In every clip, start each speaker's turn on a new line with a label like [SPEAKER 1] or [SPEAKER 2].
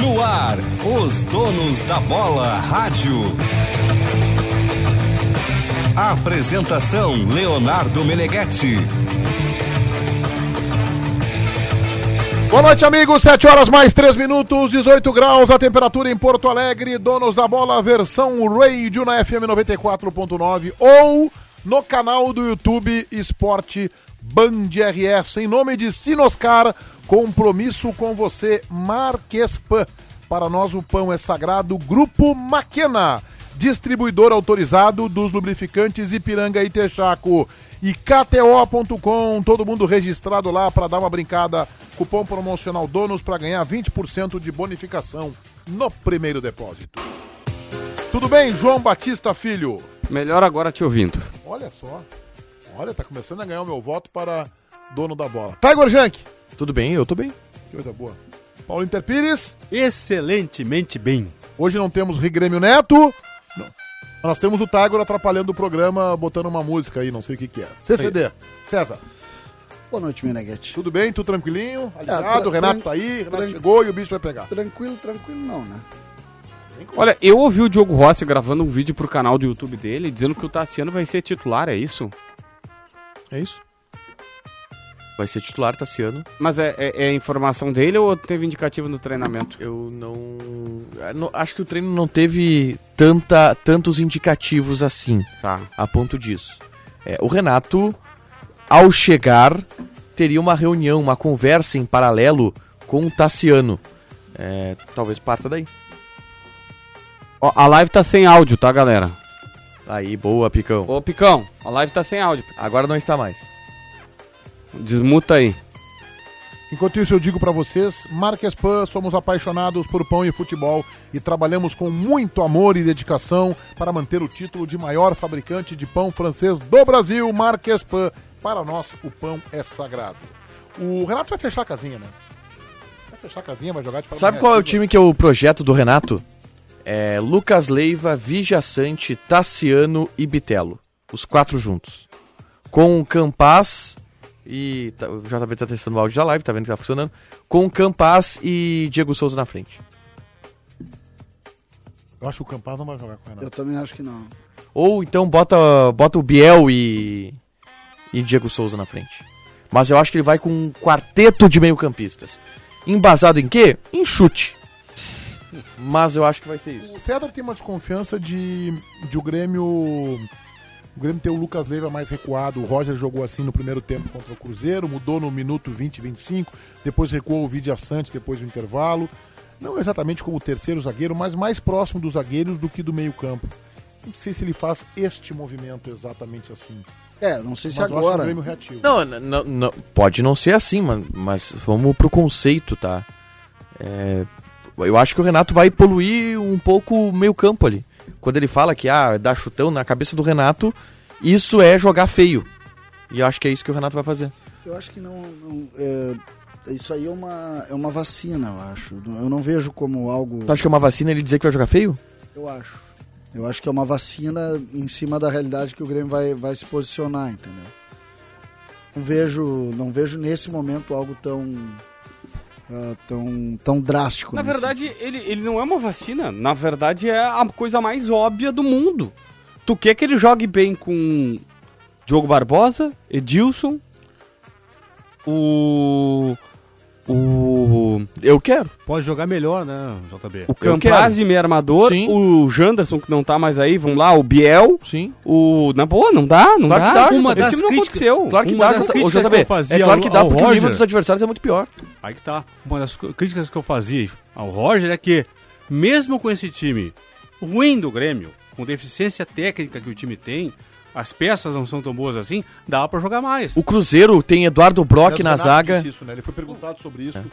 [SPEAKER 1] No ar, os donos da bola rádio. Apresentação Leonardo Meneghetti.
[SPEAKER 2] Boa noite, amigos. 7 horas mais 3 minutos, 18 graus, a temperatura em Porto Alegre. Donos da bola, versão radio na FM 94.9 ou no canal do YouTube Esporte Band RS. Em nome de Sinoscar, compromisso com você, Marques Pan. Para nós, o pão é sagrado. Grupo Maquena, distribuidor autorizado dos lubrificantes Ipiranga e Texaco. E KTO.com, todo mundo registrado lá para dar uma brincada. Cupom promocional DONOS para ganhar 20% de bonificação no primeiro depósito. Tudo bem, João Batista Filho?
[SPEAKER 3] Melhor agora te ouvindo.
[SPEAKER 2] Olha só. Olha, tá começando a ganhar o meu voto para dono da bola. Tiger Junk.
[SPEAKER 4] Tudo bem, eu tô bem.
[SPEAKER 2] Que coisa boa. Paulo Inter Pires.
[SPEAKER 5] Excelentemente bem.
[SPEAKER 2] Hoje não temos Rigrêmio Neto. Não. Nós temos o Tiger atrapalhando o programa, botando uma música aí, não sei o que que é. CCD. César.
[SPEAKER 6] Boa noite, Meneghete.
[SPEAKER 2] Tudo bem? Tu tranquilinho?
[SPEAKER 6] Ah,
[SPEAKER 2] Aliado,
[SPEAKER 6] tra-
[SPEAKER 2] Renato
[SPEAKER 6] tran-
[SPEAKER 2] tá aí, Renato
[SPEAKER 6] tran-
[SPEAKER 2] chegou e o bicho vai pegar.
[SPEAKER 6] Tranquilo, tranquilo não, né?
[SPEAKER 3] Olha, eu ouvi o Diogo Rossi gravando um vídeo pro canal do YouTube dele, dizendo que o Tassiano vai ser titular, é isso?
[SPEAKER 4] É isso? Vai ser titular Tassiano.
[SPEAKER 3] Mas é, é, é informação dele ou teve indicativo no treinamento?
[SPEAKER 4] Eu não... ah, não- Acho que o treino não teve tanta, tantos indicativos assim,
[SPEAKER 3] Tá.
[SPEAKER 4] a ponto disso. É, o Renato, ao chegar, teria uma reunião, uma conversa em paralelo com o Tassiano. É, talvez parta daí.
[SPEAKER 3] Ó, a live tá sem áudio, tá, galera?
[SPEAKER 4] Aí, boa, Picão.
[SPEAKER 3] Ô, Picão, a live tá sem áudio.
[SPEAKER 4] Agora não está mais.
[SPEAKER 3] Desmuta aí.
[SPEAKER 2] Enquanto isso, eu digo pra vocês, Marques Pan, somos apaixonados por pão e futebol e trabalhamos com muito amor e dedicação para manter o título de maior fabricante de pão francês do Brasil, Marques Pan. Para nós, o pão é sagrado. O Renato vai fechar a casinha, né? Vai fechar a casinha, vai jogar de forma
[SPEAKER 4] Sabe qual é o
[SPEAKER 2] reativa.
[SPEAKER 4] time que é o projeto do Renato? É Lucas Leiva, Vija Sante, Tassiano e Bitelo. Os quatro juntos. Com o Campaz e. tá- O JB tá testando o áudio da live, tá vendo que tá funcionando. Com o Campaz e Diego Souza na frente.
[SPEAKER 2] Eu acho que o Campaz não vai jogar com o Renato.
[SPEAKER 6] Eu também acho que não.
[SPEAKER 4] Ou então bota, bota o Biel e. e Diego Souza na frente. Mas eu acho que ele vai com um quarteto de meio-campistas. Embasado em quê? Em chute. Mas eu acho que vai ser isso.
[SPEAKER 2] O Cedar tem uma desconfiança de, de o Grêmio. O Grêmio ter o Lucas Leiva mais recuado. O Roger jogou assim no primeiro tempo contra o Cruzeiro, mudou no minuto 20, 25, depois recuou o Vidia Santos depois do intervalo. Não exatamente como o terceiro zagueiro, mas mais próximo dos zagueiros do que do meio-campo. Não sei se ele faz este movimento exatamente assim.
[SPEAKER 6] É, não sei se
[SPEAKER 2] mas eu acho que é um
[SPEAKER 6] agora.
[SPEAKER 2] Grêmio reativo.
[SPEAKER 4] Não, n- não, não, pode não ser assim, mas, mas vamos pro conceito, tá? É, eu acho que o Renato vai poluir um pouco o meio campo ali. Quando ele fala que ah, dá chutão na cabeça do Renato, isso é jogar feio. E eu acho que é isso que o Renato vai fazer.
[SPEAKER 6] Eu acho que não. não, é, isso aí é uma, é uma vacina, eu acho. Eu não vejo como algo.
[SPEAKER 4] Tu acha que é uma vacina ele dizer que vai jogar feio?
[SPEAKER 6] Eu acho. Eu acho que é uma vacina em cima da realidade que o Grêmio vai, vai se posicionar, entendeu? Não vejo, não vejo nesse momento algo tão. ah, tão, tão drástico.
[SPEAKER 3] Na
[SPEAKER 6] nesse-
[SPEAKER 3] verdade, ele, ele não é uma vacina. Na verdade, é a coisa mais óbvia do mundo. Tu quer que ele jogue bem com Diogo Barbosa, Edilson, o. O.
[SPEAKER 4] Eu quero.
[SPEAKER 5] Pode jogar melhor, né, JB?
[SPEAKER 3] O
[SPEAKER 4] Eu
[SPEAKER 3] Campaz
[SPEAKER 4] quero.
[SPEAKER 3] de meio armador,
[SPEAKER 4] Sim.
[SPEAKER 3] o Janderson, que não tá mais aí, vamos lá, o Biel,
[SPEAKER 4] Sim.
[SPEAKER 3] o. Na boa, não dá, não
[SPEAKER 4] Claro que
[SPEAKER 3] dá.
[SPEAKER 4] dá,
[SPEAKER 3] Uma
[SPEAKER 4] Esse
[SPEAKER 3] das não
[SPEAKER 5] críticas-
[SPEAKER 3] aconteceu.
[SPEAKER 4] Claro que
[SPEAKER 5] Uma
[SPEAKER 4] dá,
[SPEAKER 5] das
[SPEAKER 4] J- ô,
[SPEAKER 5] críticas que eu
[SPEAKER 4] JB.
[SPEAKER 5] fazia
[SPEAKER 4] É claro que dá,
[SPEAKER 5] ao- ao
[SPEAKER 4] porque o nível
[SPEAKER 5] Roger.
[SPEAKER 4] dos adversários é muito pior.
[SPEAKER 5] Aí que tá. Uma das co- críticas que eu fazia ao Roger é que, mesmo com esse time ruim do Grêmio, com deficiência técnica que o time tem, as peças não são tão boas assim, dá pra jogar mais.
[SPEAKER 4] O Cruzeiro tem Eduardo Brock na zaga.
[SPEAKER 2] Disse isso, né? Ele foi perguntado sobre
[SPEAKER 7] É.
[SPEAKER 2] isso.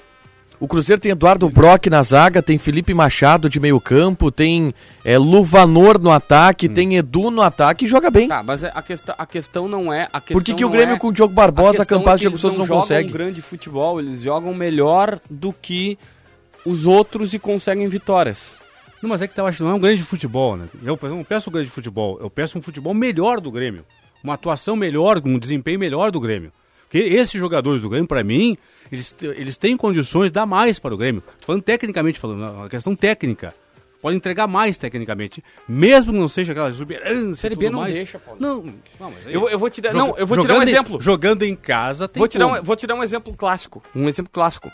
[SPEAKER 4] O Cruzeiro tem Eduardo Brock na zaga, tem Felipe Machado de meio campo, tem é, Luvanor no ataque, tem Edu no ataque e joga bem.
[SPEAKER 3] Tá, mas é- a, questão, a questão não é. A questão
[SPEAKER 4] Por que, que o
[SPEAKER 3] não
[SPEAKER 4] Grêmio
[SPEAKER 3] é-
[SPEAKER 4] com o Diogo
[SPEAKER 3] A
[SPEAKER 4] Barbosa,
[SPEAKER 3] questão
[SPEAKER 4] Campaz
[SPEAKER 3] é
[SPEAKER 4] e
[SPEAKER 3] que
[SPEAKER 4] Diego
[SPEAKER 3] eles
[SPEAKER 4] Souza não,
[SPEAKER 3] jogam
[SPEAKER 4] consegue?
[SPEAKER 3] grande futebol, eles jogam melhor do que os outros e conseguem vitórias.
[SPEAKER 5] Não, mas é que tá, eu acho que não é um grande futebol, né? Eu, por exemplo, não peço um grande futebol, eu peço um futebol melhor do Grêmio. Uma atuação melhor, um desempenho melhor do Grêmio.
[SPEAKER 7] Que esses jogadores do Grêmio, pra mim, eles, te- eles têm condições de dar mais para o Grêmio. Tô falando tecnicamente, falando, é uma questão técnica. Pode entregar mais tecnicamente, mesmo que não seja aquela exuberância.
[SPEAKER 3] Série
[SPEAKER 7] e
[SPEAKER 3] B
[SPEAKER 7] tudo
[SPEAKER 3] não
[SPEAKER 7] mais.
[SPEAKER 3] deixa, Paulo.
[SPEAKER 7] Não, não, mas aí-
[SPEAKER 3] Eu, eu vou te dar,
[SPEAKER 7] Joga-
[SPEAKER 3] não, eu vou te dar um
[SPEAKER 7] jogando em-
[SPEAKER 3] exemplo.
[SPEAKER 7] Jogando em casa, tem
[SPEAKER 3] Vou te, dar
[SPEAKER 7] como.
[SPEAKER 3] um, vou te dar um exemplo clássico. Um exemplo clássico.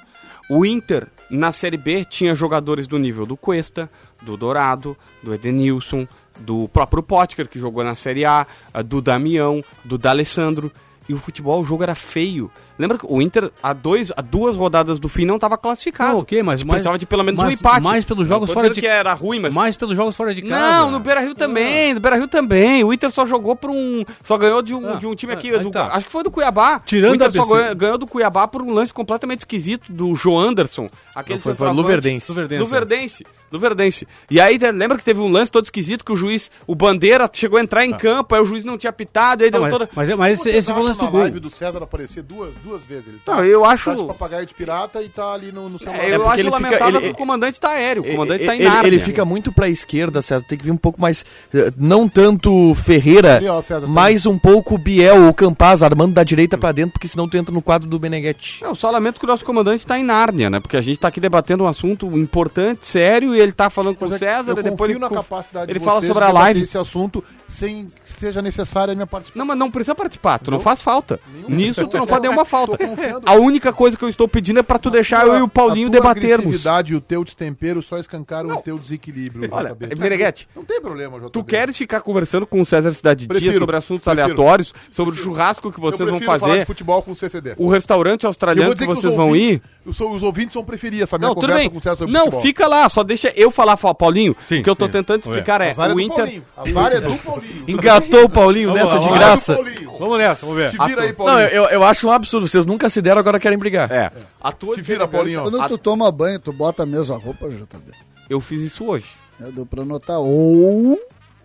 [SPEAKER 3] O Inter, na Série B, tinha jogadores do nível do Cuesta, do Dourado, do Edenilson, do próprio Potker, que jogou na Série A, ah, do Damião, do D'Alessandro. E o futebol, o jogo era feio. Lembra que o Inter, há, dois, há duas rodadas do fim, não estava classificado.
[SPEAKER 7] Não, ok, mas
[SPEAKER 3] A gente
[SPEAKER 7] mais-
[SPEAKER 3] um Precisava de pelo menos um
[SPEAKER 7] mas-
[SPEAKER 3] empate.
[SPEAKER 7] mais pelos jogos
[SPEAKER 3] Não tô
[SPEAKER 7] fora
[SPEAKER 3] dizendo
[SPEAKER 7] de-
[SPEAKER 3] que era ruim, mas...
[SPEAKER 7] Mais pelos jogos fora de casa.
[SPEAKER 3] Não, né? no Beira Rio também, no Beira Rio também. O Inter só jogou por um. Só ganhou de um,
[SPEAKER 7] Ah,
[SPEAKER 3] de um time
[SPEAKER 7] ah,
[SPEAKER 3] aqui.
[SPEAKER 7] aí
[SPEAKER 3] do-
[SPEAKER 7] tá.
[SPEAKER 3] Acho que foi do Cuiabá.
[SPEAKER 7] Tirando
[SPEAKER 3] o Inter
[SPEAKER 7] a
[SPEAKER 3] só
[SPEAKER 7] BC.
[SPEAKER 3] ganhou, ganhou do Cuiabá por um lance completamente esquisito do João Anderson. Aquele
[SPEAKER 4] Não, foi- foi
[SPEAKER 3] centroavante-
[SPEAKER 4] Luverdense.
[SPEAKER 7] Luverdense,
[SPEAKER 3] Luverdense. Luverdense. E aí, te- lembra que teve um lance todo esquisito que o juiz, o Bandeira, chegou a entrar em campo, aí o juiz Tá. não tinha pitado, aí
[SPEAKER 7] Não,
[SPEAKER 3] deu
[SPEAKER 7] mas,
[SPEAKER 3] toda.
[SPEAKER 7] mas, é- mas esse, esse foi o lance do
[SPEAKER 2] na
[SPEAKER 7] gol.
[SPEAKER 2] live do César aparecer duas, duas vezes. Ele
[SPEAKER 3] Não, eu acho-
[SPEAKER 2] Tá de papagaio de pirata e tá ali no, no celular.
[SPEAKER 3] É,
[SPEAKER 4] É
[SPEAKER 3] eu
[SPEAKER 4] porque
[SPEAKER 3] acho
[SPEAKER 4] ele fica-
[SPEAKER 3] lamentável
[SPEAKER 4] ele-
[SPEAKER 3] que o comandante tá aéreo. O comandante tá em
[SPEAKER 4] ele,
[SPEAKER 3] Nárnia.
[SPEAKER 4] ele fica muito pra esquerda, César. Tem que vir um pouco mais. eh, Não tanto Ferreira,
[SPEAKER 2] Ali, ó, César, tá
[SPEAKER 4] mais um pouco Biel ou Campaz armando da direita pra dentro, porque senão tu entra no quadro do Beneguete.
[SPEAKER 3] Eu só lamento que É, o nosso comandante tá em Nárnia, né? Porque a gente tá aqui debatendo um assunto importante, sério, e ele tá falando com
[SPEAKER 2] Mas
[SPEAKER 3] o
[SPEAKER 2] é que
[SPEAKER 3] César,
[SPEAKER 2] eu
[SPEAKER 3] e depois
[SPEAKER 2] confio
[SPEAKER 3] ele,
[SPEAKER 2] na
[SPEAKER 3] conf-
[SPEAKER 2] capacidade
[SPEAKER 3] ele
[SPEAKER 2] de
[SPEAKER 3] fala
[SPEAKER 2] vocês
[SPEAKER 3] sobre a
[SPEAKER 2] de debater
[SPEAKER 3] live.
[SPEAKER 2] esse assunto sem que seja necessária a minha participação.
[SPEAKER 3] Não, mas não precisa participar, tu não faz falta. Nisso tu não faz nenhuma falta.
[SPEAKER 2] confiando.
[SPEAKER 3] A única coisa que eu estou pedindo é pra tu deixar eu e o Paulinho
[SPEAKER 2] a tua
[SPEAKER 3] debatermos.
[SPEAKER 2] agressividade e o teu destempero só escancaram o teu desequilíbrio.
[SPEAKER 3] Olha,
[SPEAKER 2] JB.
[SPEAKER 3] Meneghete,
[SPEAKER 2] Não tem problema, JB.
[SPEAKER 3] Tu queres ficar conversando com o César Cidade Dias
[SPEAKER 2] Prefiro,
[SPEAKER 3] sobre assuntos
[SPEAKER 2] prefiro.
[SPEAKER 3] aleatórios, sobre o churrasco que
[SPEAKER 2] Eu
[SPEAKER 3] vocês vão
[SPEAKER 2] prefiro falar de
[SPEAKER 3] fazer,
[SPEAKER 2] futebol com o CCD.
[SPEAKER 3] o restaurante australiano que vocês vão ir.
[SPEAKER 2] ir... Os, os ouvintes vão preferir essa minha
[SPEAKER 3] Não, tudo
[SPEAKER 2] conversa
[SPEAKER 3] bem.
[SPEAKER 2] com o César sobre
[SPEAKER 3] Não,
[SPEAKER 2] futebol.
[SPEAKER 3] fica lá, só deixa eu falar, fa- Paulinho.
[SPEAKER 7] Sim,
[SPEAKER 3] o que eu tô
[SPEAKER 7] sim.
[SPEAKER 3] tentando explicar é,
[SPEAKER 2] As áreas
[SPEAKER 3] o
[SPEAKER 2] do
[SPEAKER 3] Inter.
[SPEAKER 2] Paulinho. As áreas do Paulinho. é
[SPEAKER 4] Engatou o Paulinho
[SPEAKER 7] Vamos lá,
[SPEAKER 4] nessa de
[SPEAKER 7] vamos lá.
[SPEAKER 4] graça.
[SPEAKER 7] Vamos nessa, vamos ver.
[SPEAKER 2] Te
[SPEAKER 3] Ah,
[SPEAKER 2] vira aí,
[SPEAKER 4] Não,
[SPEAKER 2] Paulinho.
[SPEAKER 4] eu, eu acho um absurdo. Vocês nunca se deram, agora querem brigar.
[SPEAKER 3] É. A tua
[SPEAKER 2] Te vira, Paulinho.
[SPEAKER 6] Quando tu toma banho, tu bota a mesma roupa, tá JB.
[SPEAKER 3] Eu fiz isso hoje.
[SPEAKER 6] Né? Deu pra notar. Ou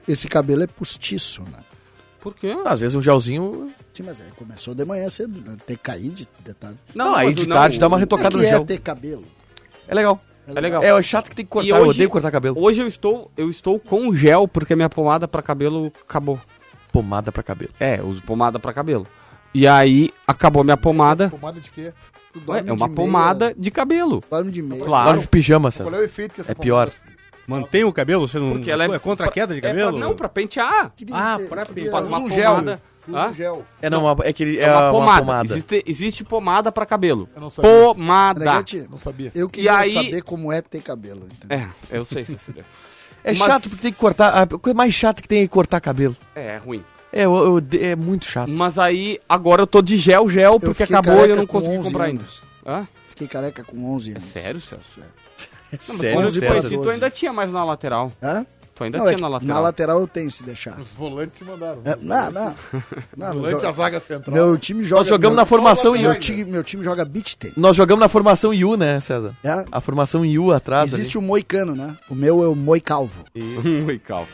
[SPEAKER 6] esse cabelo é postiço, né?
[SPEAKER 3] Por quê?
[SPEAKER 4] Às vezes um gelzinho.
[SPEAKER 6] Sim, mas aí começou de manhã cedo, né? Ter caído de de tarde.
[SPEAKER 4] Não, aí de tarde dá uma
[SPEAKER 6] O
[SPEAKER 4] retocada
[SPEAKER 6] que
[SPEAKER 4] no
[SPEAKER 6] é
[SPEAKER 4] gel.
[SPEAKER 6] ter cabelo?
[SPEAKER 4] É legal.
[SPEAKER 3] É legal.
[SPEAKER 4] É, o chato que tem que cortar.
[SPEAKER 3] E
[SPEAKER 4] Eu
[SPEAKER 3] hoje-
[SPEAKER 4] odeio cortar cabelo.
[SPEAKER 3] Hoje eu estou, eu estou com gel porque a minha pomada pra cabelo acabou.
[SPEAKER 4] Pomada pra cabelo.
[SPEAKER 3] É, eu uso pomada pra cabelo. E aí acabou minha pomada.
[SPEAKER 2] Pomada de quê?
[SPEAKER 6] Tu
[SPEAKER 3] Ué,
[SPEAKER 6] dorme
[SPEAKER 3] é uma
[SPEAKER 6] de meia,
[SPEAKER 3] pomada de cabelo.
[SPEAKER 6] Dorme de meia.
[SPEAKER 4] Claro.
[SPEAKER 3] Claro.
[SPEAKER 4] de pijama,
[SPEAKER 2] Qual
[SPEAKER 4] César.
[SPEAKER 2] é o efeito que essa
[SPEAKER 4] É pior.
[SPEAKER 7] Mantém o cabelo, você não.
[SPEAKER 3] Porque ela é-
[SPEAKER 7] é contra a queda de
[SPEAKER 3] É pra-
[SPEAKER 7] cabelo?
[SPEAKER 3] não, pra pentear.
[SPEAKER 6] Queria
[SPEAKER 7] Ah,
[SPEAKER 6] ter-
[SPEAKER 7] pra
[SPEAKER 6] queria-
[SPEAKER 3] Faz uma
[SPEAKER 2] Um gel.
[SPEAKER 3] pomada. Hã?
[SPEAKER 2] Um gel.
[SPEAKER 4] É, não, uma- é que ele-
[SPEAKER 3] É uma pomada.
[SPEAKER 4] pomada.
[SPEAKER 3] Existe, existe pomada pra cabelo.
[SPEAKER 2] Eu não sabia.
[SPEAKER 3] Pomada.
[SPEAKER 6] Elegante,
[SPEAKER 2] Não sabia.
[SPEAKER 6] Eu queria
[SPEAKER 3] aí-
[SPEAKER 6] saber como é ter cabelo. entendeu?
[SPEAKER 3] É, eu sei, Cecília.
[SPEAKER 4] É
[SPEAKER 3] Mas-
[SPEAKER 4] chato porque tem que cortar. A coisa mais chata que tem é cortar cabelo.
[SPEAKER 3] É, é ruim.
[SPEAKER 4] É, eu- eu ode- é muito chato.
[SPEAKER 3] Mas aí, agora eu tô de gel, gel, porque
[SPEAKER 6] fiquei
[SPEAKER 3] acabou e eu
[SPEAKER 6] careca
[SPEAKER 3] não
[SPEAKER 6] com
[SPEAKER 3] consegui
[SPEAKER 6] 11
[SPEAKER 3] comprar ainda.
[SPEAKER 6] anos.
[SPEAKER 3] Hã?
[SPEAKER 6] Fiquei careca com 11
[SPEAKER 3] É
[SPEAKER 6] anos.
[SPEAKER 3] sério, Celso?
[SPEAKER 4] Sério,
[SPEAKER 3] Quando eu te
[SPEAKER 4] César.
[SPEAKER 3] conheci, tu ainda tinha mais na lateral.
[SPEAKER 6] Hã?
[SPEAKER 3] Tu ainda
[SPEAKER 6] Não, é
[SPEAKER 3] tinha
[SPEAKER 6] que
[SPEAKER 3] na lateral.
[SPEAKER 6] eu tenho, se deixar.
[SPEAKER 2] Os volantes se mandaram.
[SPEAKER 6] É, não, não. Não, meu,
[SPEAKER 2] Volante, a
[SPEAKER 6] jo-
[SPEAKER 2] zaga central.
[SPEAKER 6] meu time joga.
[SPEAKER 4] Nós jogamos
[SPEAKER 6] meu,
[SPEAKER 4] na formação
[SPEAKER 2] Não, não,
[SPEAKER 4] IU.
[SPEAKER 6] meu time, meu time joga beat tênis.
[SPEAKER 4] Nós jogamos na formação IU, né, César?
[SPEAKER 6] né?
[SPEAKER 4] A formação IU atrás.
[SPEAKER 6] Existe o moicano, né? O meu é o moi calvo.
[SPEAKER 3] Ui, calma.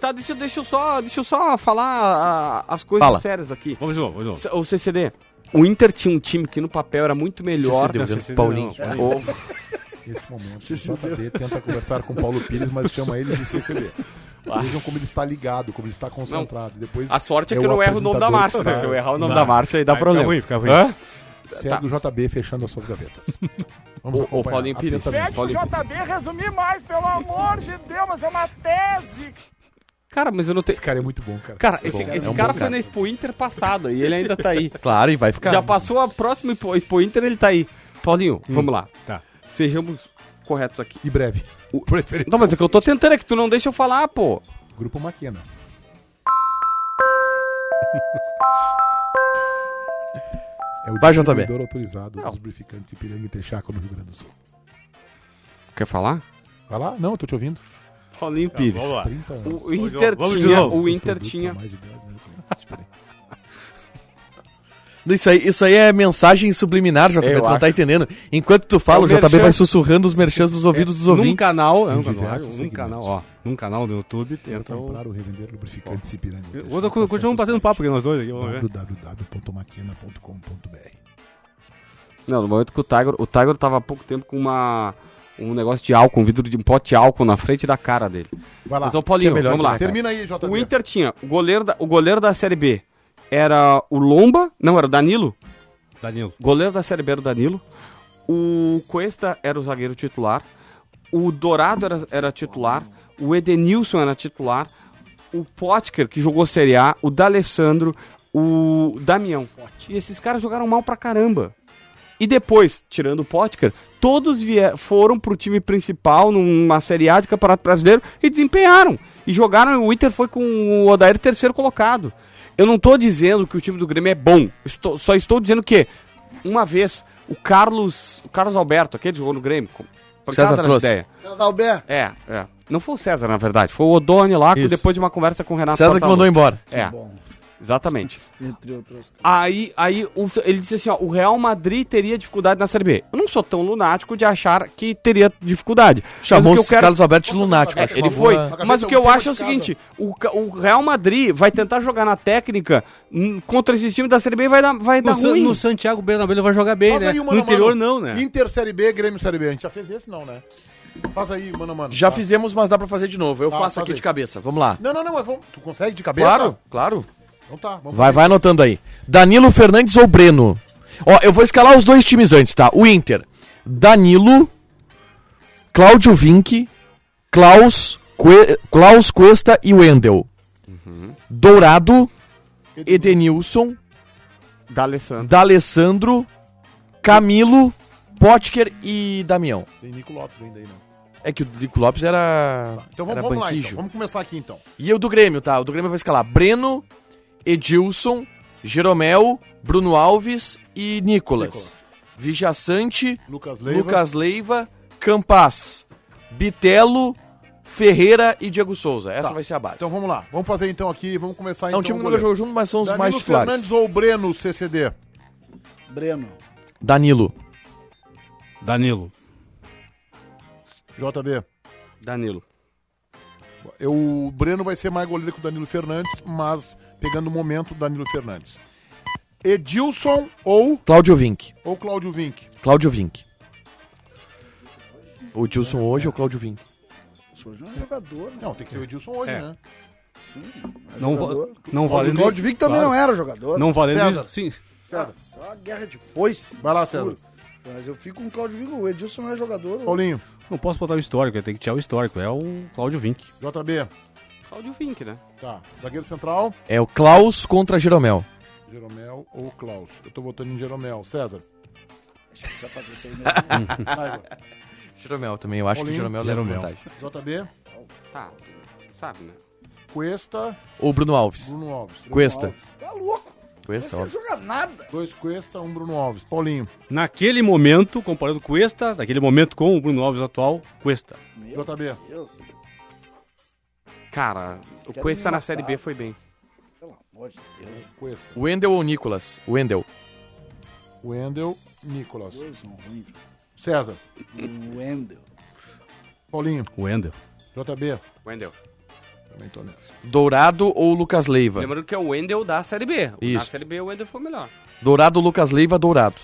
[SPEAKER 3] Tá, deixa, deixa, eu só, deixa eu só falar a- as coisas
[SPEAKER 4] Fala.
[SPEAKER 3] sérias aqui.
[SPEAKER 7] Vamos de novo, vamos de
[SPEAKER 3] C- O CCD, o Inter tinha um time que no papel era muito melhor.
[SPEAKER 4] CCD,
[SPEAKER 7] novo.
[SPEAKER 4] Paulinho.
[SPEAKER 3] O-
[SPEAKER 2] Nesse momento, o JB tenta conversar com o Paulo Pires, mas chama ele de CCD. Vejam como ele está ligado, como ele está concentrado. Depois
[SPEAKER 3] A sorte é
[SPEAKER 2] é
[SPEAKER 3] que eu não
[SPEAKER 2] o
[SPEAKER 3] erro o nome da Márcia, né?
[SPEAKER 2] apresentador.
[SPEAKER 3] Se eu errar o nome
[SPEAKER 7] Vai.
[SPEAKER 3] da Márcia, aí dá
[SPEAKER 7] Vai,
[SPEAKER 3] problema.
[SPEAKER 7] fica ruim, fica ruim.
[SPEAKER 3] Hã? Tá.
[SPEAKER 2] Segue o JB fechando as suas gavetas. Vamos
[SPEAKER 3] Ô, ô,
[SPEAKER 2] acompanhar
[SPEAKER 3] Paulinho Pires.
[SPEAKER 2] atentamente.
[SPEAKER 3] Paulinho Pires.
[SPEAKER 8] JB resumir mais, pelo amor de Deus, mas é uma tese.
[SPEAKER 3] Cara, mas eu não tenho.
[SPEAKER 2] Esse cara é muito bom, cara.
[SPEAKER 3] Cara,
[SPEAKER 2] É
[SPEAKER 3] esse,
[SPEAKER 2] bom,
[SPEAKER 3] esse
[SPEAKER 2] é um
[SPEAKER 3] cara
[SPEAKER 2] bom
[SPEAKER 3] foi na Expo Inter passada e ele ainda tá aí.
[SPEAKER 4] Claro, e vai ficar.
[SPEAKER 3] Já passou a próxima Expo- Expo Inter, ele tá aí. Paulinho, vamos lá.
[SPEAKER 7] Tá.
[SPEAKER 3] Sejamos corretos aqui.
[SPEAKER 2] E breve.
[SPEAKER 3] O-
[SPEAKER 2] Preferência.
[SPEAKER 3] Não, mas o que eu tô tentando é que tu não deixa eu falar, pô.
[SPEAKER 2] Grupo Maquena. É o
[SPEAKER 4] Vai, JB.
[SPEAKER 2] distribuidor autorizado
[SPEAKER 3] Não.
[SPEAKER 2] dos lubrificantes Ipiranga e Texaco no Rio Grande do Sul.
[SPEAKER 3] Quer falar?
[SPEAKER 2] Vai lá? Não, eu tô te ouvindo.
[SPEAKER 3] Paulinho Pires.
[SPEAKER 7] Tá, Vamos lá.
[SPEAKER 2] 30 anos.
[SPEAKER 3] O Inter
[SPEAKER 7] Vamos de
[SPEAKER 3] tinha,
[SPEAKER 7] novo.
[SPEAKER 3] o
[SPEAKER 2] Seus
[SPEAKER 3] Inter
[SPEAKER 2] produtos
[SPEAKER 3] tinha.
[SPEAKER 2] são mais de 10 mil clientes diferentes.
[SPEAKER 4] Isso aí, isso aí é mensagem subliminar, JB.
[SPEAKER 3] Eu
[SPEAKER 4] tu não
[SPEAKER 3] acho.
[SPEAKER 4] tá entendendo. Enquanto tu fala,
[SPEAKER 3] É o
[SPEAKER 4] o JB
[SPEAKER 3] merchan.
[SPEAKER 4] vai sussurrando os merchans dos ouvidos dos ouvintes.
[SPEAKER 3] Num canal, é um
[SPEAKER 2] Em
[SPEAKER 3] canal,
[SPEAKER 2] diversos
[SPEAKER 3] num
[SPEAKER 2] segmentos.
[SPEAKER 3] canal, ó, num canal no YouTube, entra
[SPEAKER 4] Então,
[SPEAKER 3] o...
[SPEAKER 2] Comprar ou revender lubrificantes Ipiranga. e
[SPEAKER 7] Vou,
[SPEAKER 2] Texaco.
[SPEAKER 4] um
[SPEAKER 7] continuamos
[SPEAKER 2] Acesse
[SPEAKER 7] batendo
[SPEAKER 2] o
[SPEAKER 7] papo aqui nós dois aqui, vamos ver.
[SPEAKER 2] www.maquena.com.br
[SPEAKER 4] Então,
[SPEAKER 3] Não, no momento que o Tiger, o Tiger tava há pouco tempo com uma um negócio de álcool, um vidro de um pote de álcool na frente da cara dele.
[SPEAKER 2] Vai lá.
[SPEAKER 3] Mas, ô Paulinho,
[SPEAKER 4] que é melhor
[SPEAKER 3] vamos
[SPEAKER 4] que
[SPEAKER 3] lá.
[SPEAKER 2] Termina aí, JB.
[SPEAKER 3] O Inter tinha o goleiro da, o goleiro da Série B era o Lomba, não, era o Danilo.
[SPEAKER 7] Danilo.
[SPEAKER 3] Goleiro da Série B era o Danilo. O Cuesta era o zagueiro titular. O Dourado era, era titular. O Edenilson era titular. O Potker, que jogou Série A. O D'Alessandro. O Damião. E esses caras jogaram mal pra caramba. E depois, tirando o Potker, todos vier, foram pro time principal numa Série A de Campeonato Brasileiro e desempenharam. E jogaram, o Inter foi com o Odair terceiro colocado. Eu não tô dizendo que o time do Grêmio é bom. Estou- só estou dizendo que, uma vez, o Carlos. O Carlos Alberto, aquele que jogou no Grêmio. com- pancada
[SPEAKER 4] César
[SPEAKER 3] nas
[SPEAKER 4] trouxe.
[SPEAKER 3] ideias.
[SPEAKER 6] Alberto,
[SPEAKER 3] É, é. Não foi o César, na verdade. Foi o Odone lá,
[SPEAKER 4] Isso.
[SPEAKER 3] depois de uma conversa com o Renato
[SPEAKER 4] César que
[SPEAKER 3] Portaluppi.
[SPEAKER 4] mandou embora.
[SPEAKER 3] É,
[SPEAKER 6] bom,
[SPEAKER 3] exatamente.
[SPEAKER 6] entre outras coisas.
[SPEAKER 3] Aí, aí o- ele disse assim, ó, o Real Madrid teria dificuldade na Série B. Eu não sou tão lunático de achar que teria dificuldade. Mas
[SPEAKER 4] Chamou
[SPEAKER 3] o que
[SPEAKER 4] o
[SPEAKER 3] eu quero...
[SPEAKER 4] Carlos Alberto de lunático.
[SPEAKER 3] É,
[SPEAKER 4] por
[SPEAKER 3] ele
[SPEAKER 4] favor,
[SPEAKER 3] foi.
[SPEAKER 4] né?
[SPEAKER 3] Mas o que eu acho é o seguinte, o, Ca- o Real Madrid vai tentar jogar na técnica hum, contra esses times da Série B e vai dar, vai dar
[SPEAKER 7] No, San-
[SPEAKER 3] Tá ruim.
[SPEAKER 7] no Santiago Bernabéu ele vai jogar bem,
[SPEAKER 2] Faz
[SPEAKER 7] né?
[SPEAKER 2] aí o
[SPEAKER 7] No
[SPEAKER 2] mano a
[SPEAKER 7] interior
[SPEAKER 2] mano.
[SPEAKER 7] não, né?
[SPEAKER 2] Inter Série B, Grêmio Série B. A gente já fez esse, não, né? Faz aí, mano, a mano.
[SPEAKER 4] Já
[SPEAKER 2] Tá.
[SPEAKER 4] fizemos, mas dá pra fazer de novo. Eu
[SPEAKER 2] Tá,
[SPEAKER 4] faço
[SPEAKER 2] faz
[SPEAKER 4] aqui
[SPEAKER 2] aí.
[SPEAKER 4] de cabeça. Vamos lá.
[SPEAKER 2] Não, não, não, mas vamos... tu consegue de cabeça?
[SPEAKER 4] Claro, claro.
[SPEAKER 2] Então tá, vamos
[SPEAKER 4] Vai, vai anotando aí. Danilo Fernandes ou Breno? Ó, eu vou escalar os dois times antes, tá? O Inter. Danilo, Cláudio Vinck, Klaus, Cue- Klaus Cuesta e Wendel. Dourado, Edenilson,
[SPEAKER 3] Da Alessandro.
[SPEAKER 4] D'Alessandro, Camilo, Potker e Damião.
[SPEAKER 2] Tem Nico Lopes ainda aí, não.
[SPEAKER 4] É que o Nico Lopes era,
[SPEAKER 2] Então vamos,
[SPEAKER 4] era
[SPEAKER 2] vamos lá, então.
[SPEAKER 4] banquijo.
[SPEAKER 2] Vamos começar aqui, então.
[SPEAKER 4] E o do Grêmio, tá? O do Grêmio eu vou escalar Breno, Edilson, Jeromel, Bruno Alves e Nicolas.
[SPEAKER 2] Nicolas.
[SPEAKER 4] Vijaçante,
[SPEAKER 2] Lucas Leiva.
[SPEAKER 4] Lucas Leiva, Campas, Bitelo, Ferreira e Diego Souza. Essa
[SPEAKER 2] Tá.
[SPEAKER 4] vai ser a base.
[SPEAKER 2] Então vamos lá. Vamos fazer, então, aqui. Vamos começar,
[SPEAKER 4] é
[SPEAKER 2] então.
[SPEAKER 4] um time
[SPEAKER 2] o
[SPEAKER 4] que nunca
[SPEAKER 2] goleiro.
[SPEAKER 4] jogou junto, mas são os mais
[SPEAKER 2] Danilo
[SPEAKER 4] titulares.
[SPEAKER 2] Fernandes ou Breno, CCD?
[SPEAKER 6] Breno,
[SPEAKER 4] Danilo,
[SPEAKER 7] Danilo.
[SPEAKER 2] JB.
[SPEAKER 3] Danilo.
[SPEAKER 2] Eu, o Breno vai ser mais goleiro que o Danilo Fernandes, mas pegando o momento, Danilo Fernandes. Edilson ou,
[SPEAKER 4] Cláudio Vinck.
[SPEAKER 2] ou Cláudio Vinck?
[SPEAKER 4] Cláudio Vinck. O Edilson hoje ou Cláudio Vinck?
[SPEAKER 6] isso hoje não é jogador, né?
[SPEAKER 2] Não, tem que ser o Edilson hoje,
[SPEAKER 7] É.
[SPEAKER 2] né?
[SPEAKER 6] Sim, é
[SPEAKER 7] Não, va-
[SPEAKER 6] jogador.
[SPEAKER 7] não
[SPEAKER 6] O
[SPEAKER 7] valendo.
[SPEAKER 6] Claudio Vick também
[SPEAKER 7] Claro.
[SPEAKER 6] não era jogador.
[SPEAKER 7] Não valendo.
[SPEAKER 2] César.
[SPEAKER 7] Sim.
[SPEAKER 6] Cara, isso é uma guerra de foice.
[SPEAKER 2] Vai lá,
[SPEAKER 6] escuro. Mas eu fico com o Claudio Vick. O Edilson não é jogador.
[SPEAKER 2] Paulinho,
[SPEAKER 7] Não posso botar o histórico, tem que tirar o histórico. É o Cláudio Vinck.
[SPEAKER 2] JB.
[SPEAKER 3] Cláudio Vink, né?
[SPEAKER 2] Tá, zagueiro central,
[SPEAKER 4] É o Klaus contra Jeromel.
[SPEAKER 2] Jeromel ou Klaus? Eu tô votando em Jeromel. César.
[SPEAKER 6] A gente precisa fazer isso aí mesmo.
[SPEAKER 2] Saiba.
[SPEAKER 4] Jeromel também, eu acho
[SPEAKER 2] Paulinho.
[SPEAKER 4] que Jeromel leva
[SPEAKER 7] Jeromel.
[SPEAKER 4] vantagem.
[SPEAKER 2] JB,
[SPEAKER 3] Tá, sabe, né?
[SPEAKER 2] Cuesta,
[SPEAKER 4] Ou Bruno Alves.
[SPEAKER 2] Bruno Alves. Bruno
[SPEAKER 4] Cuesta.
[SPEAKER 2] Alves.
[SPEAKER 6] tá louco.
[SPEAKER 4] Cuesta,
[SPEAKER 6] Você não
[SPEAKER 4] óbvio.
[SPEAKER 6] joga nada.
[SPEAKER 2] Dois Cuesta, um Bruno Alves. Paulinho,
[SPEAKER 7] Naquele momento, comparando com esta, naquele momento com o Bruno Alves atual, Cuesta.
[SPEAKER 6] Meu
[SPEAKER 2] JB.
[SPEAKER 6] Deus,
[SPEAKER 3] Cara, o
[SPEAKER 6] querem
[SPEAKER 3] Cuesta
[SPEAKER 6] me
[SPEAKER 3] na
[SPEAKER 6] matar.
[SPEAKER 3] Série B foi bem.
[SPEAKER 6] pelo amor de Deus.
[SPEAKER 2] Cuesta.
[SPEAKER 4] Wendel ou Nicolas? Wendel.
[SPEAKER 2] Wendel, Nicolas.
[SPEAKER 6] Dois são
[SPEAKER 2] um
[SPEAKER 6] ruins.
[SPEAKER 2] César.
[SPEAKER 6] O Wendel.
[SPEAKER 2] Paulinho,
[SPEAKER 7] O Wendel.
[SPEAKER 2] JB.
[SPEAKER 3] Wendel.
[SPEAKER 2] Também tô nessa.
[SPEAKER 4] Dourado ou Lucas Leiva?
[SPEAKER 3] Lembrando que é o Wendel da Série B. O Da
[SPEAKER 4] Isso.
[SPEAKER 3] Série B o Wendel foi melhor.
[SPEAKER 4] Dourado, Lucas Leiva, Dourado.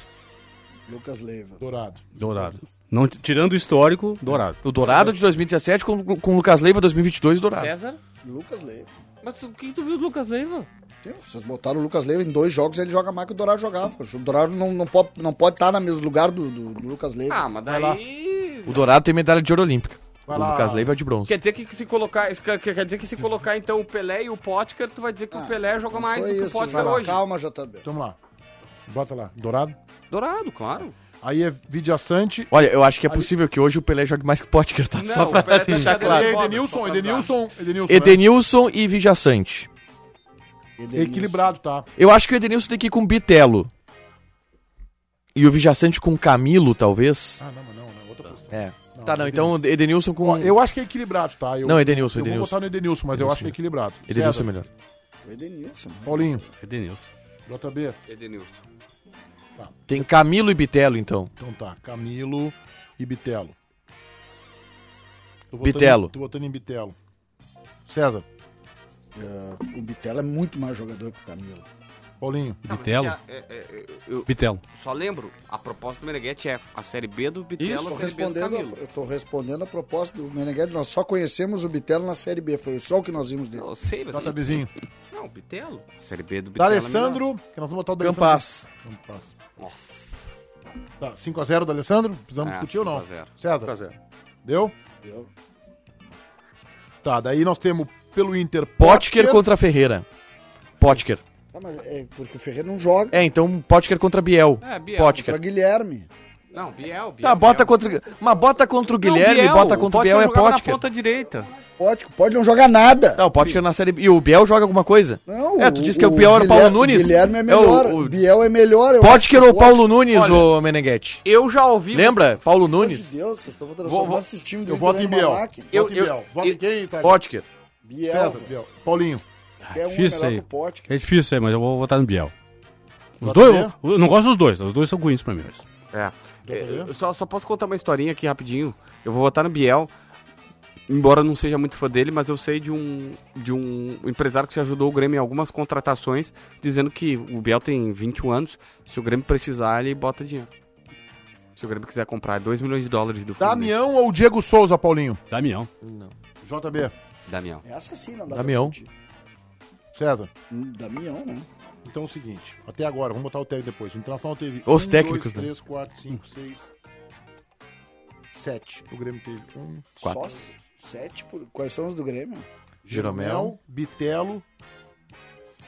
[SPEAKER 6] Lucas Leiva.
[SPEAKER 2] Dourado.
[SPEAKER 7] Dourado. Não, tirando o histórico, Dourado.
[SPEAKER 4] O Dourado de 2017 com, com o Lucas Leiva 2022 e Dourado.
[SPEAKER 3] César?
[SPEAKER 6] Lucas Leiva.
[SPEAKER 3] Tá. Mas o que tu viu do Lucas Leiva?
[SPEAKER 6] Sim, vocês botaram o Lucas Leiva em dois jogos, ele joga mais que o Dourado jogava. O Dourado não, não pode estar não pode tá no mesmo lugar do, do- do Lucas Leiva.
[SPEAKER 3] Ah, mas
[SPEAKER 2] lá.
[SPEAKER 3] daí...
[SPEAKER 4] O Dourado tem medalha de ouro olímpica.
[SPEAKER 2] Vai
[SPEAKER 4] o
[SPEAKER 2] lá.
[SPEAKER 4] Lucas Leiva é de bronze.
[SPEAKER 3] Quer dizer que se colocar, es- quer quer dizer que se colocar então o Pelé e o Potker, tu vai dizer que o Pelé joga
[SPEAKER 6] Não
[SPEAKER 3] mais do
[SPEAKER 6] Então foi
[SPEAKER 3] que o
[SPEAKER 6] isso,
[SPEAKER 3] Potker
[SPEAKER 6] vai lá.
[SPEAKER 3] hoje.
[SPEAKER 6] Calma, JB.
[SPEAKER 2] Então vamos lá. Bota lá. Dourado.
[SPEAKER 3] Dourado, claro.
[SPEAKER 2] Aí é Vidiaçante.
[SPEAKER 4] Olha, eu acho que é possível que hoje o Pelé jogue mais que o Potker, tá? Só pra deixar
[SPEAKER 3] cadeira
[SPEAKER 4] claro.
[SPEAKER 3] de rodas, só
[SPEAKER 2] é Edenilson,
[SPEAKER 3] pra
[SPEAKER 2] Edenilson, Edenilson.
[SPEAKER 4] Edenilson e Vijaçante.
[SPEAKER 2] né? Equilibrado, tá?
[SPEAKER 4] Eu acho que o Edenilson tem que ir com o Bitelo. E o Vijaçante com o Camilo, talvez.
[SPEAKER 2] Ah, não, mas não, não. Outra posição.
[SPEAKER 4] É. tá, não, então Edenilson com.
[SPEAKER 2] Ó, eu acho que é equilibrado, tá? Eu,
[SPEAKER 4] Não, Edenilson,
[SPEAKER 2] Eu vou
[SPEAKER 4] Edenilson.
[SPEAKER 2] botar no Edenilson, mas eu acho que é equilibrado.
[SPEAKER 4] Edenilson
[SPEAKER 2] César,
[SPEAKER 4] é melhor.
[SPEAKER 6] O Edenilson.
[SPEAKER 2] Paulinho,
[SPEAKER 7] Edenilson.
[SPEAKER 2] JB.
[SPEAKER 3] Edenilson.
[SPEAKER 4] Tem Camilo e Bitelo, então.
[SPEAKER 2] Então tá, Camilo e Bitelo. Tô botando-
[SPEAKER 4] Bitelo.
[SPEAKER 2] Tô botando em Bitelo. César,
[SPEAKER 6] É, o Bitela é muito mais jogador que o Camilo.
[SPEAKER 2] Paulinho,
[SPEAKER 7] Bitelo.
[SPEAKER 3] eu
[SPEAKER 7] Bitelo.
[SPEAKER 3] é, só lembro, a proposta do Meneghetti é a Série B do
[SPEAKER 6] Eu
[SPEAKER 4] é
[SPEAKER 3] Bitelo,
[SPEAKER 6] tô
[SPEAKER 3] a Série B do
[SPEAKER 6] respondendo,
[SPEAKER 3] Camilo.
[SPEAKER 6] eu tô respondendo a proposta do Meneghetti. Nós só conhecemos o Bitelo na Série B. Foi só o que nós vimos dele.
[SPEAKER 3] Eu sei, mas...
[SPEAKER 2] JBzinho.
[SPEAKER 3] Não, Não, Bitelo. A Série B do Bitelo. é melhor.
[SPEAKER 2] D'Alessandro, que nós vamos botar o D'Alessandro.
[SPEAKER 4] Campas.
[SPEAKER 2] Campas.
[SPEAKER 3] Nossa.
[SPEAKER 2] Tá, 5x0 D'Alessandro? Precisamos
[SPEAKER 3] É,
[SPEAKER 2] discutir ou não?
[SPEAKER 3] 5 a 0.
[SPEAKER 2] César?
[SPEAKER 4] 5x0.
[SPEAKER 2] Deu?
[SPEAKER 6] Deu.
[SPEAKER 2] Tá, daí nós temos pelo Inter
[SPEAKER 4] Potker contra Ferreira. Potker.
[SPEAKER 6] Ah, mas é porque o Ferreira não joga.
[SPEAKER 4] É, então Potker contra Biel.
[SPEAKER 3] É, Biel.
[SPEAKER 6] Pra
[SPEAKER 4] Potker.
[SPEAKER 6] Guilherme.
[SPEAKER 3] Não, Biel, Biel.
[SPEAKER 4] Tá, bota
[SPEAKER 3] Biel.
[SPEAKER 4] contra. Mas bota contra o
[SPEAKER 3] Não,
[SPEAKER 4] Guilherme,
[SPEAKER 3] Biel,
[SPEAKER 4] bota contra o Biel é
[SPEAKER 3] jogava na
[SPEAKER 4] Potker.
[SPEAKER 3] ponta direita.
[SPEAKER 6] Pode, pode não jogar nada.
[SPEAKER 4] Não, o Potker na série B. E o Biel joga alguma coisa?
[SPEAKER 6] Não,
[SPEAKER 4] É, tu disse que é o pior
[SPEAKER 6] Guilher-
[SPEAKER 4] Paulo Nunes?
[SPEAKER 6] Guilherme é
[SPEAKER 4] É
[SPEAKER 6] melhor.
[SPEAKER 4] o- o-
[SPEAKER 6] Biel é melhor. eu
[SPEAKER 4] Potker
[SPEAKER 6] acho
[SPEAKER 4] ou
[SPEAKER 6] que
[SPEAKER 4] Paulo Nunes, ô Meneghetti?
[SPEAKER 3] Eu já ouvi.
[SPEAKER 4] Lembra? Paulo
[SPEAKER 6] Pelo amor de
[SPEAKER 4] Nunes.
[SPEAKER 6] Deus, vocês estão
[SPEAKER 4] Vou-
[SPEAKER 6] transformando
[SPEAKER 4] vou-
[SPEAKER 6] esse time do
[SPEAKER 2] Eu voto
[SPEAKER 6] Inter
[SPEAKER 2] em
[SPEAKER 6] numa
[SPEAKER 2] Biel.
[SPEAKER 6] máquina.
[SPEAKER 2] Eu, voto em
[SPEAKER 3] Eu-
[SPEAKER 2] Biel.
[SPEAKER 3] eu-
[SPEAKER 2] Voto em quem, tá?
[SPEAKER 4] Potker.
[SPEAKER 6] Biel,
[SPEAKER 2] César,
[SPEAKER 4] É
[SPEAKER 6] velho.
[SPEAKER 2] Biel. Paulinho.
[SPEAKER 6] qualquer um é
[SPEAKER 7] difícil
[SPEAKER 6] melhor
[SPEAKER 7] aí.
[SPEAKER 6] que o Potker.
[SPEAKER 7] É difícil isso aí, mas eu vou votar no Biel. Os
[SPEAKER 2] Voto
[SPEAKER 7] dois,
[SPEAKER 2] Biel?
[SPEAKER 7] eu, eu não gosto dos dois, os dois são ruins pra mim. mas-
[SPEAKER 3] É.
[SPEAKER 2] ver?
[SPEAKER 3] Eu só, só posso contar uma historinha aqui rapidinho. Eu vou votar no Biel. Embora eu não seja muito fã dele, mas eu sei de um, de um empresário que se ajudou o Grêmio em algumas contratações, dizendo que o Biel tem 21 anos, se o Grêmio precisar, ele bota dinheiro. Se o Grêmio quiser comprar 2 milhões de dólares do né? Fluminense.
[SPEAKER 2] Damião ou Diego Souza, Paulinho?
[SPEAKER 7] Damião.
[SPEAKER 2] JB.
[SPEAKER 3] Damião.
[SPEAKER 6] Essa sim É não dá
[SPEAKER 4] Damião.
[SPEAKER 6] pra discutir.
[SPEAKER 2] César.
[SPEAKER 6] Hum, Damião, né?
[SPEAKER 2] Então é o seguinte, até agora, vamos botar o técnico depois. O Internacional teve. um,
[SPEAKER 4] Os técnicos, né?
[SPEAKER 2] 3, 4, 5, 6, 7. O Grêmio teve 1.
[SPEAKER 6] Só se- sete. Por... Quais são os do Grêmio?
[SPEAKER 4] Jeromel.
[SPEAKER 2] Bitelo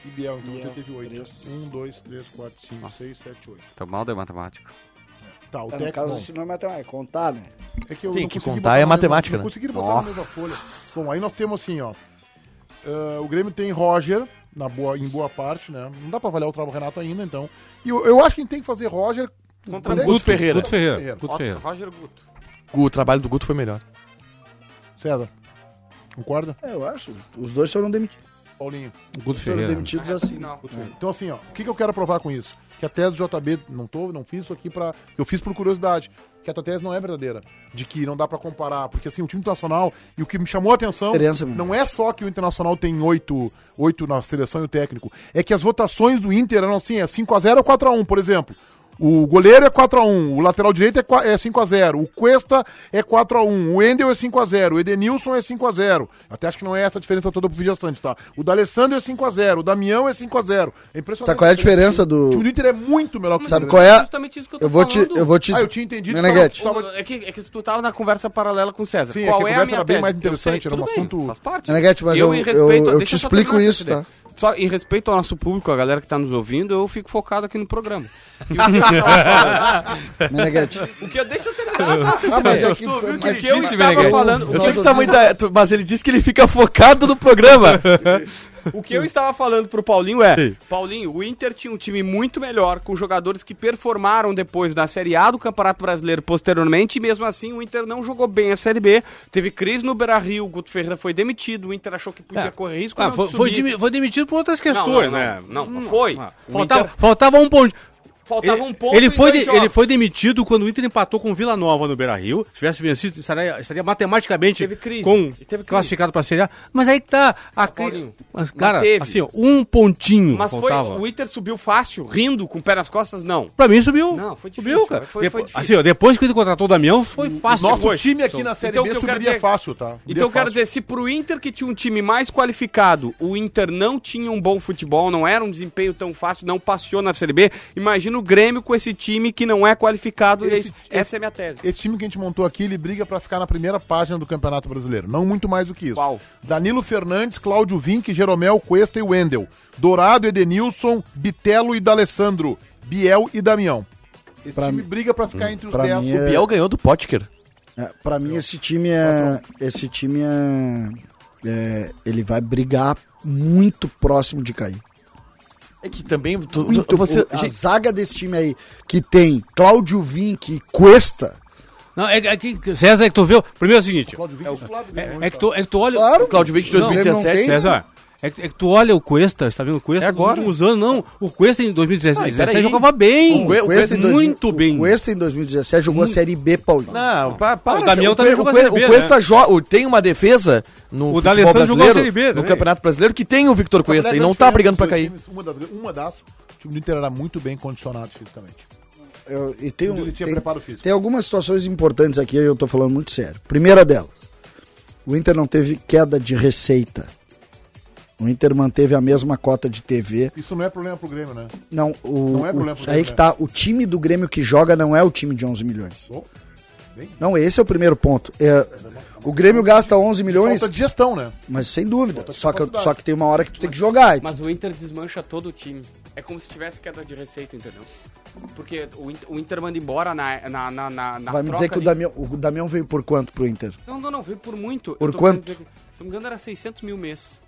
[SPEAKER 2] e Um, Biel. Então
[SPEAKER 6] Biel,
[SPEAKER 2] você teve 8.
[SPEAKER 6] três.
[SPEAKER 2] 1, 2, 3, 4, 5, 6, 7, 8.
[SPEAKER 3] Tá mal de matemática.
[SPEAKER 2] Tá, o
[SPEAKER 6] Ah, no
[SPEAKER 2] técnico.
[SPEAKER 6] caso,
[SPEAKER 2] bom.
[SPEAKER 6] isso não é matemática, é contar, né?
[SPEAKER 2] É que eu
[SPEAKER 4] Tem
[SPEAKER 2] não
[SPEAKER 4] que
[SPEAKER 2] consegui
[SPEAKER 4] contar,
[SPEAKER 2] botar
[SPEAKER 4] é
[SPEAKER 2] na mesma-
[SPEAKER 4] matemática,
[SPEAKER 2] Não
[SPEAKER 4] né?
[SPEAKER 2] conseguiram botar na mesma folha. Bom, aí nós temos assim, ó. Ah, o Grêmio tem Roger na boa, em boa parte, né? Não dá pra avaliar o trabalho do Renato ainda, então. E eu, eu acho que a gente tem que fazer Roger
[SPEAKER 3] Contra
[SPEAKER 2] Quando é-
[SPEAKER 4] Guto Ferreira.
[SPEAKER 7] Guto Ferreira.
[SPEAKER 2] Ferreira.
[SPEAKER 7] Guto Ferreira.
[SPEAKER 3] Roger Guto.
[SPEAKER 4] O trabalho do Guto foi melhor.
[SPEAKER 2] César. Concorda?
[SPEAKER 6] É, eu acho. Os dois foram demitidos,
[SPEAKER 2] Paulinho.
[SPEAKER 7] Guto
[SPEAKER 6] foram
[SPEAKER 7] Ferreira.
[SPEAKER 6] demitidos assim.
[SPEAKER 3] Ah, Não,
[SPEAKER 2] Então, assim, ó, o que, que eu quero provar com isso? Que a tese do JB, não tô, não fiz isso aqui pra. Eu fiz por curiosidade. Que a tua tese não é verdadeira. De que não dá pra comparar. Porque, assim, o time internacional. E o que me chamou a atenção.
[SPEAKER 6] Diferença, meu.
[SPEAKER 2] não é só que o internacional tem oito, oito na seleção e o técnico. É que as votações do Inter eram assim: é 5x0 ou 4x1, por exemplo. O goleiro é 4x1, o lateral direito é qua- é 5x0, o Cuesta é 4x1, o Endel é 5x0, o Edenilson é 5x0. Até acho que não é essa a diferença toda pro Vigia Santos, tá? O D'Alessandro é 5x0, o Damião é 5x0. É impressionante.
[SPEAKER 6] Tá, qual é a diferença do-
[SPEAKER 2] O time do Inter é muito melhor que o
[SPEAKER 6] Sabe
[SPEAKER 2] Grêmio.
[SPEAKER 6] qual é?
[SPEAKER 3] Justamente isso que eu tô
[SPEAKER 6] Eu vou te.
[SPEAKER 3] falando.
[SPEAKER 6] Eu vou te...
[SPEAKER 2] Ah, eu tinha entendido.
[SPEAKER 6] Meneghete.
[SPEAKER 2] Tava-
[SPEAKER 3] O- É que, é que tu tava na conversa paralela com o César.
[SPEAKER 2] Sim, é
[SPEAKER 3] Qual
[SPEAKER 2] que a
[SPEAKER 3] é a,
[SPEAKER 2] conversa
[SPEAKER 3] minha
[SPEAKER 2] era bem
[SPEAKER 3] tese?
[SPEAKER 2] mais
[SPEAKER 3] Eu
[SPEAKER 2] interessante,
[SPEAKER 3] sei,
[SPEAKER 2] era um
[SPEAKER 3] tudo bem,
[SPEAKER 2] assunto-
[SPEAKER 3] Faz parte.
[SPEAKER 6] Meneghete, mas eu,
[SPEAKER 3] em
[SPEAKER 6] eu,
[SPEAKER 3] respeito-
[SPEAKER 6] eu
[SPEAKER 3] deixa
[SPEAKER 6] te
[SPEAKER 3] eu só terminar
[SPEAKER 6] explico
[SPEAKER 3] essa
[SPEAKER 6] isso,
[SPEAKER 3] ideia.
[SPEAKER 6] tá?
[SPEAKER 3] Só em respeito ao nosso público, a galera que tá nos ouvindo, eu fico focado aqui no programa. E o que eu tava falando-
[SPEAKER 6] Meneghete.
[SPEAKER 3] o que eu deixa eu terminar só essa
[SPEAKER 6] Ah, mas
[SPEAKER 3] ideia.
[SPEAKER 6] é que-
[SPEAKER 3] Tu viu
[SPEAKER 6] mas
[SPEAKER 3] que,
[SPEAKER 6] que
[SPEAKER 3] que eu
[SPEAKER 6] disse,
[SPEAKER 3] estava
[SPEAKER 6] Meneghete?
[SPEAKER 3] falando,
[SPEAKER 4] Eu
[SPEAKER 6] Nós
[SPEAKER 4] sei que tá
[SPEAKER 6] ouvimos-
[SPEAKER 4] muito. tu- Mas ele disse que ele fica focado no programa.
[SPEAKER 3] o que eu estava falando pro Paulinho é, Paulinho, o Inter tinha um time muito melhor com jogadores que performaram depois da Série A do Campeonato Brasileiro posteriormente, e mesmo assim o Inter não jogou bem a Série B. Teve crise no Beira-Rio, o Guto Ferreira foi demitido, o Inter achou que podia
[SPEAKER 7] É.
[SPEAKER 3] correr risco,
[SPEAKER 7] Ah,
[SPEAKER 3] não
[SPEAKER 7] foi,
[SPEAKER 3] de
[SPEAKER 7] foi
[SPEAKER 3] subir.
[SPEAKER 7] dimi- foi demitido por outras
[SPEAKER 3] Não,
[SPEAKER 7] questões,
[SPEAKER 3] não,
[SPEAKER 7] né?
[SPEAKER 3] Não, não, foi.
[SPEAKER 7] Ah,
[SPEAKER 3] O
[SPEAKER 7] Faltava,
[SPEAKER 3] Inter-
[SPEAKER 7] faltava um ponto.
[SPEAKER 3] faltava
[SPEAKER 7] Ele,
[SPEAKER 3] um ponto
[SPEAKER 7] ele
[SPEAKER 3] e
[SPEAKER 7] foi
[SPEAKER 3] dois
[SPEAKER 7] de-
[SPEAKER 3] jogos.
[SPEAKER 7] ele foi demitido quando o Inter empatou com o Vila Nova no Beira Rio. Se tivesse vencido, estaria, estaria matematicamente
[SPEAKER 3] Teve crise,
[SPEAKER 7] com
[SPEAKER 3] e teve crise.
[SPEAKER 7] classificado para a Série A. Mas aí que tá. A cri-
[SPEAKER 3] Paulinho,
[SPEAKER 7] Mas, cara,
[SPEAKER 3] teve.
[SPEAKER 7] assim, ó, um pontinho
[SPEAKER 3] Mas foi,
[SPEAKER 7] faltava.
[SPEAKER 3] o Inter subiu fácil, rindo, com o pé nas costas, não.
[SPEAKER 7] Pra mim subiu.
[SPEAKER 3] Não, foi difícil,
[SPEAKER 7] Subiu, cara.
[SPEAKER 3] foi- foi
[SPEAKER 7] Depo-
[SPEAKER 3] difícil.
[SPEAKER 7] Assim, ó, depois que o Inter contratou o Damião, foi fácil.
[SPEAKER 2] Nosso
[SPEAKER 7] Foi.
[SPEAKER 2] time aqui na Série
[SPEAKER 3] então o
[SPEAKER 2] B
[SPEAKER 3] que eu quero
[SPEAKER 2] subiria
[SPEAKER 3] dizer-
[SPEAKER 2] fácil, tá? Subiria
[SPEAKER 3] Então eu quero
[SPEAKER 2] fácil.
[SPEAKER 3] dizer, se pro Inter que tinha um time mais qualificado, o Inter não tinha um bom futebol, não era um desempenho tão fácil, não passeou na Série B, imagina o Grêmio com esse time que não é qualificado. e é
[SPEAKER 2] Esse-
[SPEAKER 3] isso. Essa é a minha tese.
[SPEAKER 2] Esse time que a gente montou aqui, ele briga pra ficar na primeira página do Campeonato Brasileiro. Não muito mais do que isso.
[SPEAKER 3] Qual?
[SPEAKER 2] Danilo Fernandes, Cláudio Vinck, Jeromel, Cuesta e Wendel. Dourado, Edenilson, Bitelo e D'Alessandro. Biel e Damião. Esse
[SPEAKER 6] Pra
[SPEAKER 2] time
[SPEAKER 6] mim-
[SPEAKER 2] briga pra ficar entre os
[SPEAKER 6] pra
[SPEAKER 2] 10.
[SPEAKER 6] mim
[SPEAKER 2] O
[SPEAKER 6] é-
[SPEAKER 4] Biel ganhou do Potker.
[SPEAKER 6] É, pra mim, esse time
[SPEAKER 3] Tá
[SPEAKER 6] é. Esse time é, é, Ele vai brigar muito próximo de cair.
[SPEAKER 4] É que também. tu-
[SPEAKER 6] Muito.
[SPEAKER 4] você,
[SPEAKER 6] o- a zaga desse time aí, que tem Cláudio Vinck e Cuesta.
[SPEAKER 7] Não, é, é que, César, é que tu viu. Primeiro é o seguinte. ó, É, é que tu, é que tu olha.
[SPEAKER 6] Claro.
[SPEAKER 4] Claudio Vick de
[SPEAKER 6] Não, ele não
[SPEAKER 4] 2017.
[SPEAKER 6] tem-
[SPEAKER 7] César, é, que- é que tu olha o Cuesta, você tá vendo o Cuesta?
[SPEAKER 4] É agora.
[SPEAKER 7] Nos últimos anos, não. O Cuesta em 2016
[SPEAKER 4] Não, e peraí.
[SPEAKER 7] jogava
[SPEAKER 4] O
[SPEAKER 7] bem.
[SPEAKER 4] Cue- o
[SPEAKER 6] Cuesta em dois-
[SPEAKER 7] muito
[SPEAKER 6] o
[SPEAKER 7] bem.
[SPEAKER 6] Cuesta em 2017 jogou a Série B, Paulinho.
[SPEAKER 4] Não, pa- para.
[SPEAKER 7] o Damião
[SPEAKER 4] o
[SPEAKER 7] também
[SPEAKER 4] Cue-
[SPEAKER 7] jogou
[SPEAKER 4] o Cue-
[SPEAKER 7] Série B,
[SPEAKER 4] O Cuesta jo- o- tem uma defesa no futebol
[SPEAKER 7] D'Alessandro jogou a
[SPEAKER 4] brasileiro,
[SPEAKER 7] Série B
[SPEAKER 4] no
[SPEAKER 7] também.
[SPEAKER 4] Campeonato Brasileiro, que tem o Victor
[SPEAKER 2] é
[SPEAKER 4] Cuesta e
[SPEAKER 2] um
[SPEAKER 4] não tá brigando pra cair.
[SPEAKER 2] Uma das, uma das. O time do Inter era muito bem condicionado fisicamente.
[SPEAKER 6] Eu- e tem, um-
[SPEAKER 2] Ele tinha
[SPEAKER 6] tem-
[SPEAKER 2] preparo físico.
[SPEAKER 6] tem algumas situações importantes aqui, eu tô falando muito sério. Primeira delas, o Inter não teve queda de receita. O Inter manteve a mesma cota de TV.
[SPEAKER 2] Isso não é problema pro Grêmio, né?
[SPEAKER 6] Não, o,
[SPEAKER 2] Não é
[SPEAKER 6] o-
[SPEAKER 2] problema pro
[SPEAKER 6] aí
[SPEAKER 2] Grêmio,
[SPEAKER 6] que tá. O time do Grêmio que joga não é o time de 11 milhões.
[SPEAKER 2] Bom, bem.
[SPEAKER 6] Não, esse é o primeiro ponto. É, o Grêmio gasta 11 milhões,
[SPEAKER 2] Falta de gestão, né?
[SPEAKER 6] mas sem dúvida. Só que, só que tem uma hora que tu tem que jogar.
[SPEAKER 3] Mas o Inter desmancha todo o time. É como se tivesse queda de receita, entendeu? Porque o Inter, o Inter manda embora na, na, na, na, na
[SPEAKER 6] Vai me
[SPEAKER 3] troca
[SPEAKER 6] dizer que o
[SPEAKER 3] ali.
[SPEAKER 6] Damião, o Damião veio por quanto pro Inter?
[SPEAKER 3] Não, não, não, veio por muito. Eu
[SPEAKER 6] Por
[SPEAKER 3] tô
[SPEAKER 6] quanto?
[SPEAKER 3] querendo dizer que- se não me engano, era 600 mil mês.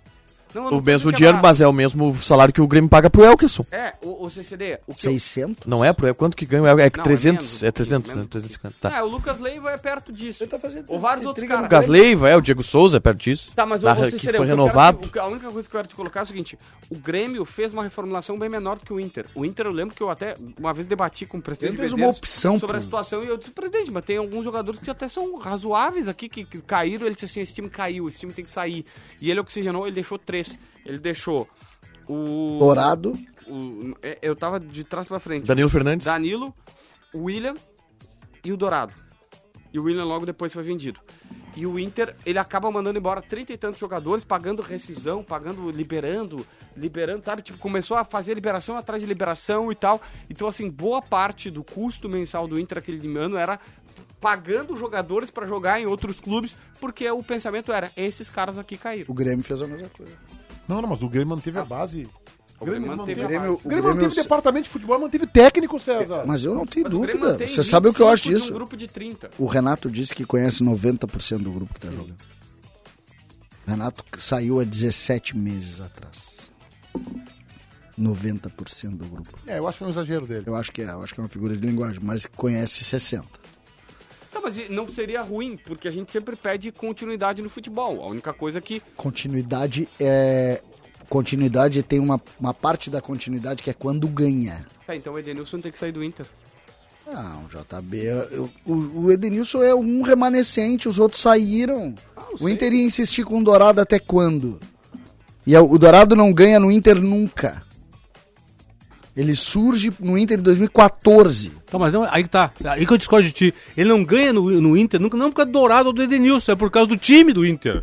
[SPEAKER 3] Não, eu não
[SPEAKER 4] O
[SPEAKER 3] tô
[SPEAKER 4] mesmo
[SPEAKER 3] dizendo que é
[SPEAKER 4] dinheiro,
[SPEAKER 3] barato.
[SPEAKER 4] mas é o mesmo salário que o Grêmio paga pro Elkerson.
[SPEAKER 3] É, o, o CCD, o que eu-
[SPEAKER 6] 600?
[SPEAKER 4] Não é pro Elkerson. Quanto que ganha o Elkerson?
[SPEAKER 3] Não,
[SPEAKER 4] É
[SPEAKER 3] é
[SPEAKER 4] 300,
[SPEAKER 3] menos,
[SPEAKER 4] é 300,
[SPEAKER 3] menos.
[SPEAKER 4] né? 350, tá.
[SPEAKER 3] Ah, o Lucas Leiva é perto disso.
[SPEAKER 6] tá fazendo-
[SPEAKER 3] Ou vários outros caras.
[SPEAKER 4] O Gasleiva, é, o Diego Souza, é perto disso.
[SPEAKER 3] Tá, mas
[SPEAKER 4] Barra-
[SPEAKER 3] eu,
[SPEAKER 4] que
[SPEAKER 3] você seria,
[SPEAKER 4] foi renovado.
[SPEAKER 3] a única coisa que eu quero te colocar é o seguinte: o Grêmio fez uma reformulação bem menor do que o Inter. O Inter, eu lembro que eu até uma vez debati com o presidente
[SPEAKER 6] Ele fez
[SPEAKER 3] Medeiros
[SPEAKER 6] uma opção,
[SPEAKER 3] sobre a
[SPEAKER 6] pô.
[SPEAKER 3] situação e eu disse, presidente, mas tem alguns jogadores que até são razoáveis aqui, que, que caíram. Ele disse assim: esse time caiu, esse time tem que sair. E ele oxigenou, ele deixou três. Ele deixou o.
[SPEAKER 6] Dourado.
[SPEAKER 3] o- é, eu tava de trás pra frente.
[SPEAKER 4] Danilo Fernandes.
[SPEAKER 3] Danilo, o William e o Dourado. E o William logo depois foi vendido. E o Inter, ele acaba mandando embora trinta e tantos jogadores, pagando rescisão, pagando, liberando, liberando, sabe? Tipo, começou a fazer liberação atrás de liberação e tal. Então, assim, boa parte do custo mensal do Inter aquele ano era pagando jogadores pra jogar em outros clubes, porque o pensamento era, esses caras aqui caíram.
[SPEAKER 6] O Grêmio fez a mesma coisa.
[SPEAKER 2] Não, não, mas o Grêmio manteve a base.
[SPEAKER 3] Tá O Grêmio manteve
[SPEAKER 6] Ah. O
[SPEAKER 3] a
[SPEAKER 6] Grêmio,
[SPEAKER 3] base.
[SPEAKER 2] O Grêmio manteve departamento de futebol, manteve técnico, César.
[SPEAKER 6] Mas eu não tenho
[SPEAKER 3] Mas o Grêmio
[SPEAKER 6] dúvida.
[SPEAKER 3] mantém
[SPEAKER 6] Você sabe o que eu acho
[SPEAKER 3] 25 de
[SPEAKER 6] disso?
[SPEAKER 3] Um grupo de 30.
[SPEAKER 6] O Renato disse que conhece 90% do grupo que tá jogando. Renato saiu há 17 meses atrás. 90% do grupo.
[SPEAKER 2] É, eu acho que é um exagero dele.
[SPEAKER 6] Eu acho que é, eu acho que é uma figura de linguagem, mas conhece 60.
[SPEAKER 3] Tá, mas e- não seria ruim, porque a gente sempre pede continuidade no futebol. A única coisa é que.
[SPEAKER 6] Continuidade é continuidade tem uma, uma parte da continuidade que é quando ganha.
[SPEAKER 3] Tá, então o Edenilson tem que sair do Inter.
[SPEAKER 6] Não, JB, eu- o, o Edenilson é um remanescente, os outros saíram.
[SPEAKER 7] Ah,
[SPEAKER 6] o Inter ia insistir com o Dourado até quando? E a- o Dourado não ganha no Inter nunca. Ele surge no Inter em 2014.
[SPEAKER 7] Tá, mas não, aí que tá. Aí que eu discordo de ti. Ele não ganha no, no Inter, nunca, não por causa do Dourado ou do Edenilson, é por causa do time do Inter.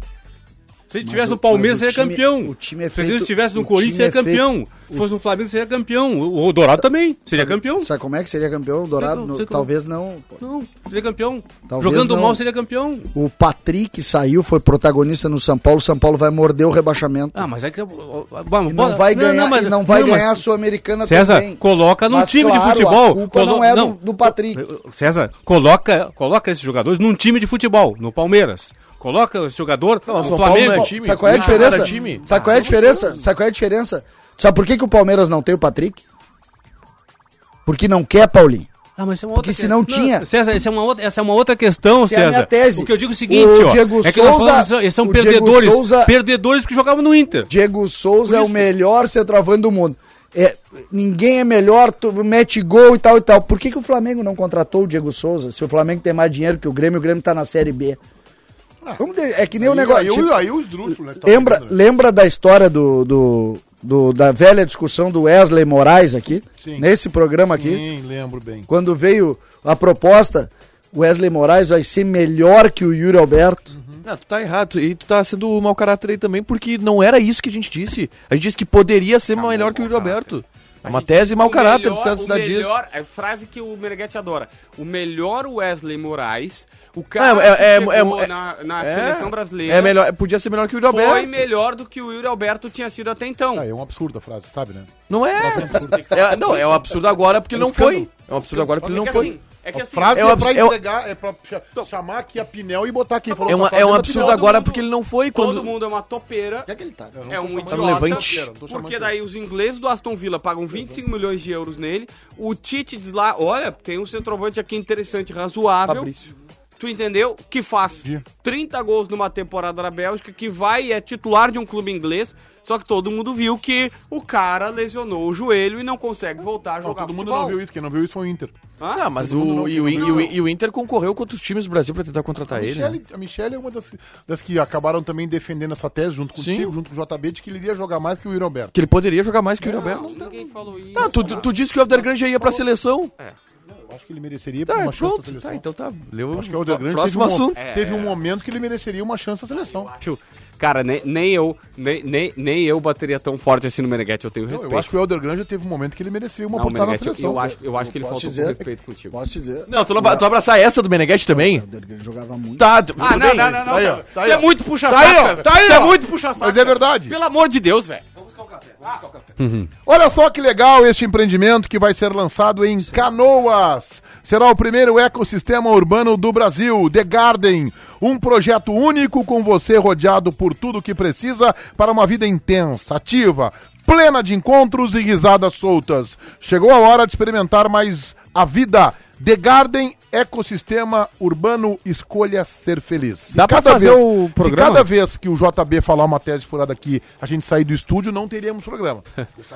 [SPEAKER 7] Se ele
[SPEAKER 6] Mas
[SPEAKER 7] tivesse
[SPEAKER 6] o-
[SPEAKER 7] no Palmeiras,
[SPEAKER 6] mas o
[SPEAKER 7] seria
[SPEAKER 6] time-
[SPEAKER 7] campeão.
[SPEAKER 6] o time é
[SPEAKER 7] Se ele
[SPEAKER 6] feito-
[SPEAKER 7] estivesse no
[SPEAKER 6] o
[SPEAKER 7] Corinthians,
[SPEAKER 6] time
[SPEAKER 7] seria
[SPEAKER 6] é feito-
[SPEAKER 7] campeão. Se fosse no Flamengo, seria campeão. O, o Dourado também, seria
[SPEAKER 6] Sabe-
[SPEAKER 7] campeão.
[SPEAKER 6] Sabe como é que seria campeão? O Dourado
[SPEAKER 7] Sei
[SPEAKER 6] no-
[SPEAKER 7] como-
[SPEAKER 6] talvez não.
[SPEAKER 7] Não, seria campeão.
[SPEAKER 6] Talvez
[SPEAKER 7] Jogando
[SPEAKER 6] não.
[SPEAKER 7] mal, seria campeão.
[SPEAKER 6] O Patrick saiu, foi protagonista no São Paulo. O São Paulo vai morder o rebaixamento.
[SPEAKER 7] Ah, mas é que. Bom,
[SPEAKER 6] E não vai ganhar, e não vai ganhar a Sul-Americana
[SPEAKER 7] César,
[SPEAKER 6] também.
[SPEAKER 7] coloca num
[SPEAKER 6] Mas,
[SPEAKER 7] time de
[SPEAKER 6] claro,
[SPEAKER 7] futebol.
[SPEAKER 6] A culpa
[SPEAKER 7] Colo-
[SPEAKER 6] não é do, do Patrick.
[SPEAKER 7] César, coloca, coloca esses jogadores num time de futebol, no Palmeiras. Coloca esse jogador no
[SPEAKER 4] São Paulo
[SPEAKER 7] Flamengo.
[SPEAKER 4] não é
[SPEAKER 7] Paulo,
[SPEAKER 4] time.
[SPEAKER 6] Sabe qual é a
[SPEAKER 4] Ah,
[SPEAKER 6] diferença?
[SPEAKER 4] cara, time.
[SPEAKER 6] Sabe qual é a diferença? Sabe qual é a diferença? Sabe por que, que o Palmeiras não tem o Patrick? Porque não quer, Paulinho.
[SPEAKER 7] ah, mas isso é uma
[SPEAKER 6] Porque se não tinha-
[SPEAKER 7] César, essa é uma outra, essa é uma outra questão,
[SPEAKER 6] Essa é a
[SPEAKER 7] César.
[SPEAKER 6] minha tese.
[SPEAKER 7] O que eu digo é o seguinte,
[SPEAKER 6] O
[SPEAKER 7] ó.
[SPEAKER 6] Diego
[SPEAKER 7] é que nós
[SPEAKER 6] Souza-
[SPEAKER 7] falamos, eles são
[SPEAKER 6] o Diego
[SPEAKER 7] perdedores,
[SPEAKER 6] Souza-
[SPEAKER 7] perdedores que jogavam no Inter.
[SPEAKER 6] Diego Souza é o melhor centroavante do mundo. É, ninguém é melhor, tu mete gol e tal e tal. Por que, que o Flamengo não contratou o Diego Souza? Se o Flamengo tem mais dinheiro que o Grêmio, o Grêmio tá na Série B. Vamos de- é
[SPEAKER 4] um
[SPEAKER 6] que nem o negócio.
[SPEAKER 2] Aí,
[SPEAKER 6] tipo-
[SPEAKER 2] aí, aí o esdrúxulo, né? que tá
[SPEAKER 6] lembra,
[SPEAKER 2] pegando, né?
[SPEAKER 6] lembra da história do, do, do- da velha discussão do Wesley Moraes aqui?
[SPEAKER 2] Sim.
[SPEAKER 6] Nesse programa aqui.
[SPEAKER 2] Sim, lembro bem.
[SPEAKER 6] Quando veio a proposta, o Wesley Moraes vai ser melhor que o Yuri Alberto.
[SPEAKER 4] Não, tu tá errado. E tu tá sendo mau caráter aí também, porque não era isso que a gente disse. A gente disse que poderia ser
[SPEAKER 3] Tá
[SPEAKER 4] melhor que o Yuri Alberto. É uma tese mau caráter,
[SPEAKER 3] o
[SPEAKER 4] não precisa
[SPEAKER 3] melhor,
[SPEAKER 4] cidade
[SPEAKER 3] o
[SPEAKER 4] disso.
[SPEAKER 3] melhor, é a frase que o Meneghete adora. O melhor Wesley Moraes, o
[SPEAKER 4] Não,
[SPEAKER 3] cara
[SPEAKER 4] é-
[SPEAKER 3] que
[SPEAKER 4] é-
[SPEAKER 3] chegou
[SPEAKER 4] é- é-
[SPEAKER 3] na, na
[SPEAKER 4] é.
[SPEAKER 3] seleção brasileira
[SPEAKER 4] É melhor, podia ser melhor que o Yuri
[SPEAKER 3] foi
[SPEAKER 4] Alberto.
[SPEAKER 3] melhor do que o Yuri Alberto tinha sido até então.
[SPEAKER 2] Ah, é um absurdo a frase, sabe, né?
[SPEAKER 4] Não é.
[SPEAKER 3] tá
[SPEAKER 4] É- Não, é um absurdo agora porque ele não foi. É um absurdo agora porque
[SPEAKER 3] é
[SPEAKER 4] ele não
[SPEAKER 3] que
[SPEAKER 4] foi.
[SPEAKER 3] assim, é que
[SPEAKER 2] A
[SPEAKER 3] assim,
[SPEAKER 2] frase
[SPEAKER 4] é
[SPEAKER 2] é,
[SPEAKER 4] um abs-
[SPEAKER 2] pra
[SPEAKER 4] é um-
[SPEAKER 2] entregar, é pra cha- chamar aqui a Pinel e botar aqui. Falou
[SPEAKER 4] É, uma-
[SPEAKER 2] essa frase
[SPEAKER 4] é um
[SPEAKER 2] da
[SPEAKER 4] absurdo
[SPEAKER 2] Pinel.
[SPEAKER 4] agora
[SPEAKER 3] mundo-
[SPEAKER 4] porque ele não foi
[SPEAKER 3] todo
[SPEAKER 4] quando.
[SPEAKER 3] mundo é uma topeira,
[SPEAKER 6] que ele tá?
[SPEAKER 3] é um
[SPEAKER 4] chamando ele.
[SPEAKER 3] idiota.
[SPEAKER 4] Levante.
[SPEAKER 2] Não tô chamando
[SPEAKER 3] Porque
[SPEAKER 2] ele.
[SPEAKER 3] daí os ingleses do Aston Villa pagam 25 milhões de euros nele. O Tite diz lá, olha, tem um centroavante aqui interessante, razoável. Tu entendeu? Que faz 30 gols numa temporada na Bélgica, que vai e é titular de um clube inglês. Só que todo mundo viu que o cara lesionou o joelho e não consegue voltar a
[SPEAKER 2] Não,
[SPEAKER 3] jogar
[SPEAKER 2] todo mundo
[SPEAKER 3] futebol.
[SPEAKER 2] não viu isso, quem não viu isso foi o Inter.
[SPEAKER 4] Ah, mas o, e, o, e, o, e o Inter concorreu contra os times do Brasil pra tentar contratar ele. né?
[SPEAKER 2] Michele- a Michelle é uma das, das que acabaram também defendendo essa tese junto contigo, junto com o JB, de que ele iria jogar mais que o Yuri Alberto.
[SPEAKER 4] Que ele poderia jogar mais que o Yuri Alberto.
[SPEAKER 3] Ninguém falou isso.
[SPEAKER 4] Tá, tu, tu disse que o Abdergrande já ia pra seleção.
[SPEAKER 2] Acho que ele mereceria
[SPEAKER 4] Tá,
[SPEAKER 2] uma chance na
[SPEAKER 4] pronto.
[SPEAKER 2] seleção.
[SPEAKER 4] Tá, então tá. Leu
[SPEAKER 2] Acho que o Roger Grande
[SPEAKER 4] próximo
[SPEAKER 2] teve um,
[SPEAKER 4] assunto. É.
[SPEAKER 2] mo- Teve um momento que ele mereceria uma chance na seleção.
[SPEAKER 3] Acho- Cara, nem, nem eu, nem, nem, nem eu bateria tão forte assim no Meneghetti, eu tenho
[SPEAKER 2] Não,
[SPEAKER 3] respeito.
[SPEAKER 2] eu acho que o Elder Grande teve um momento que ele mereceria uma
[SPEAKER 3] Não,
[SPEAKER 2] oportunidade na
[SPEAKER 3] Meneghetti, eu,
[SPEAKER 2] seleção.
[SPEAKER 3] eu acho, eu acho que ele
[SPEAKER 6] Posso
[SPEAKER 3] faltou
[SPEAKER 6] dizer?
[SPEAKER 3] com respeito contigo.
[SPEAKER 6] Posso te dizer?
[SPEAKER 4] Não, tu, não, tu vai abraçar essa do Meneghetti também?
[SPEAKER 6] O Dergan jogava muito.
[SPEAKER 4] Tá, tu-
[SPEAKER 3] Ah,
[SPEAKER 4] tudo bem.
[SPEAKER 2] Tá aí, ó, tá aí,
[SPEAKER 3] Tu é
[SPEAKER 2] ó.
[SPEAKER 3] muito puxa
[SPEAKER 2] Tá aí, ó,
[SPEAKER 3] César.
[SPEAKER 2] tá aí,
[SPEAKER 3] Tu é
[SPEAKER 2] ó.
[SPEAKER 3] muito puxa saco.
[SPEAKER 2] Mas é verdade.
[SPEAKER 3] Pelo amor de Deus, velho.
[SPEAKER 2] Olha só que legal este empreendimento que vai ser lançado em Canoas. Será o primeiro ecossistema urbano do Brasil, The Garden. Um projeto único com você rodeado por tudo que precisa para uma vida intensa, ativa, plena de encontros e risadas soltas. Chegou a hora de experimentar mais a vida. The Garden, ecossistema urbano, escolha ser feliz.
[SPEAKER 9] Dá
[SPEAKER 2] Se
[SPEAKER 9] pra
[SPEAKER 2] cada
[SPEAKER 9] fazer
[SPEAKER 2] vez-
[SPEAKER 9] o
[SPEAKER 2] se
[SPEAKER 9] programa?
[SPEAKER 2] cada vez que o JB falar uma tese furada aqui, a gente sair do estúdio, não teríamos programa.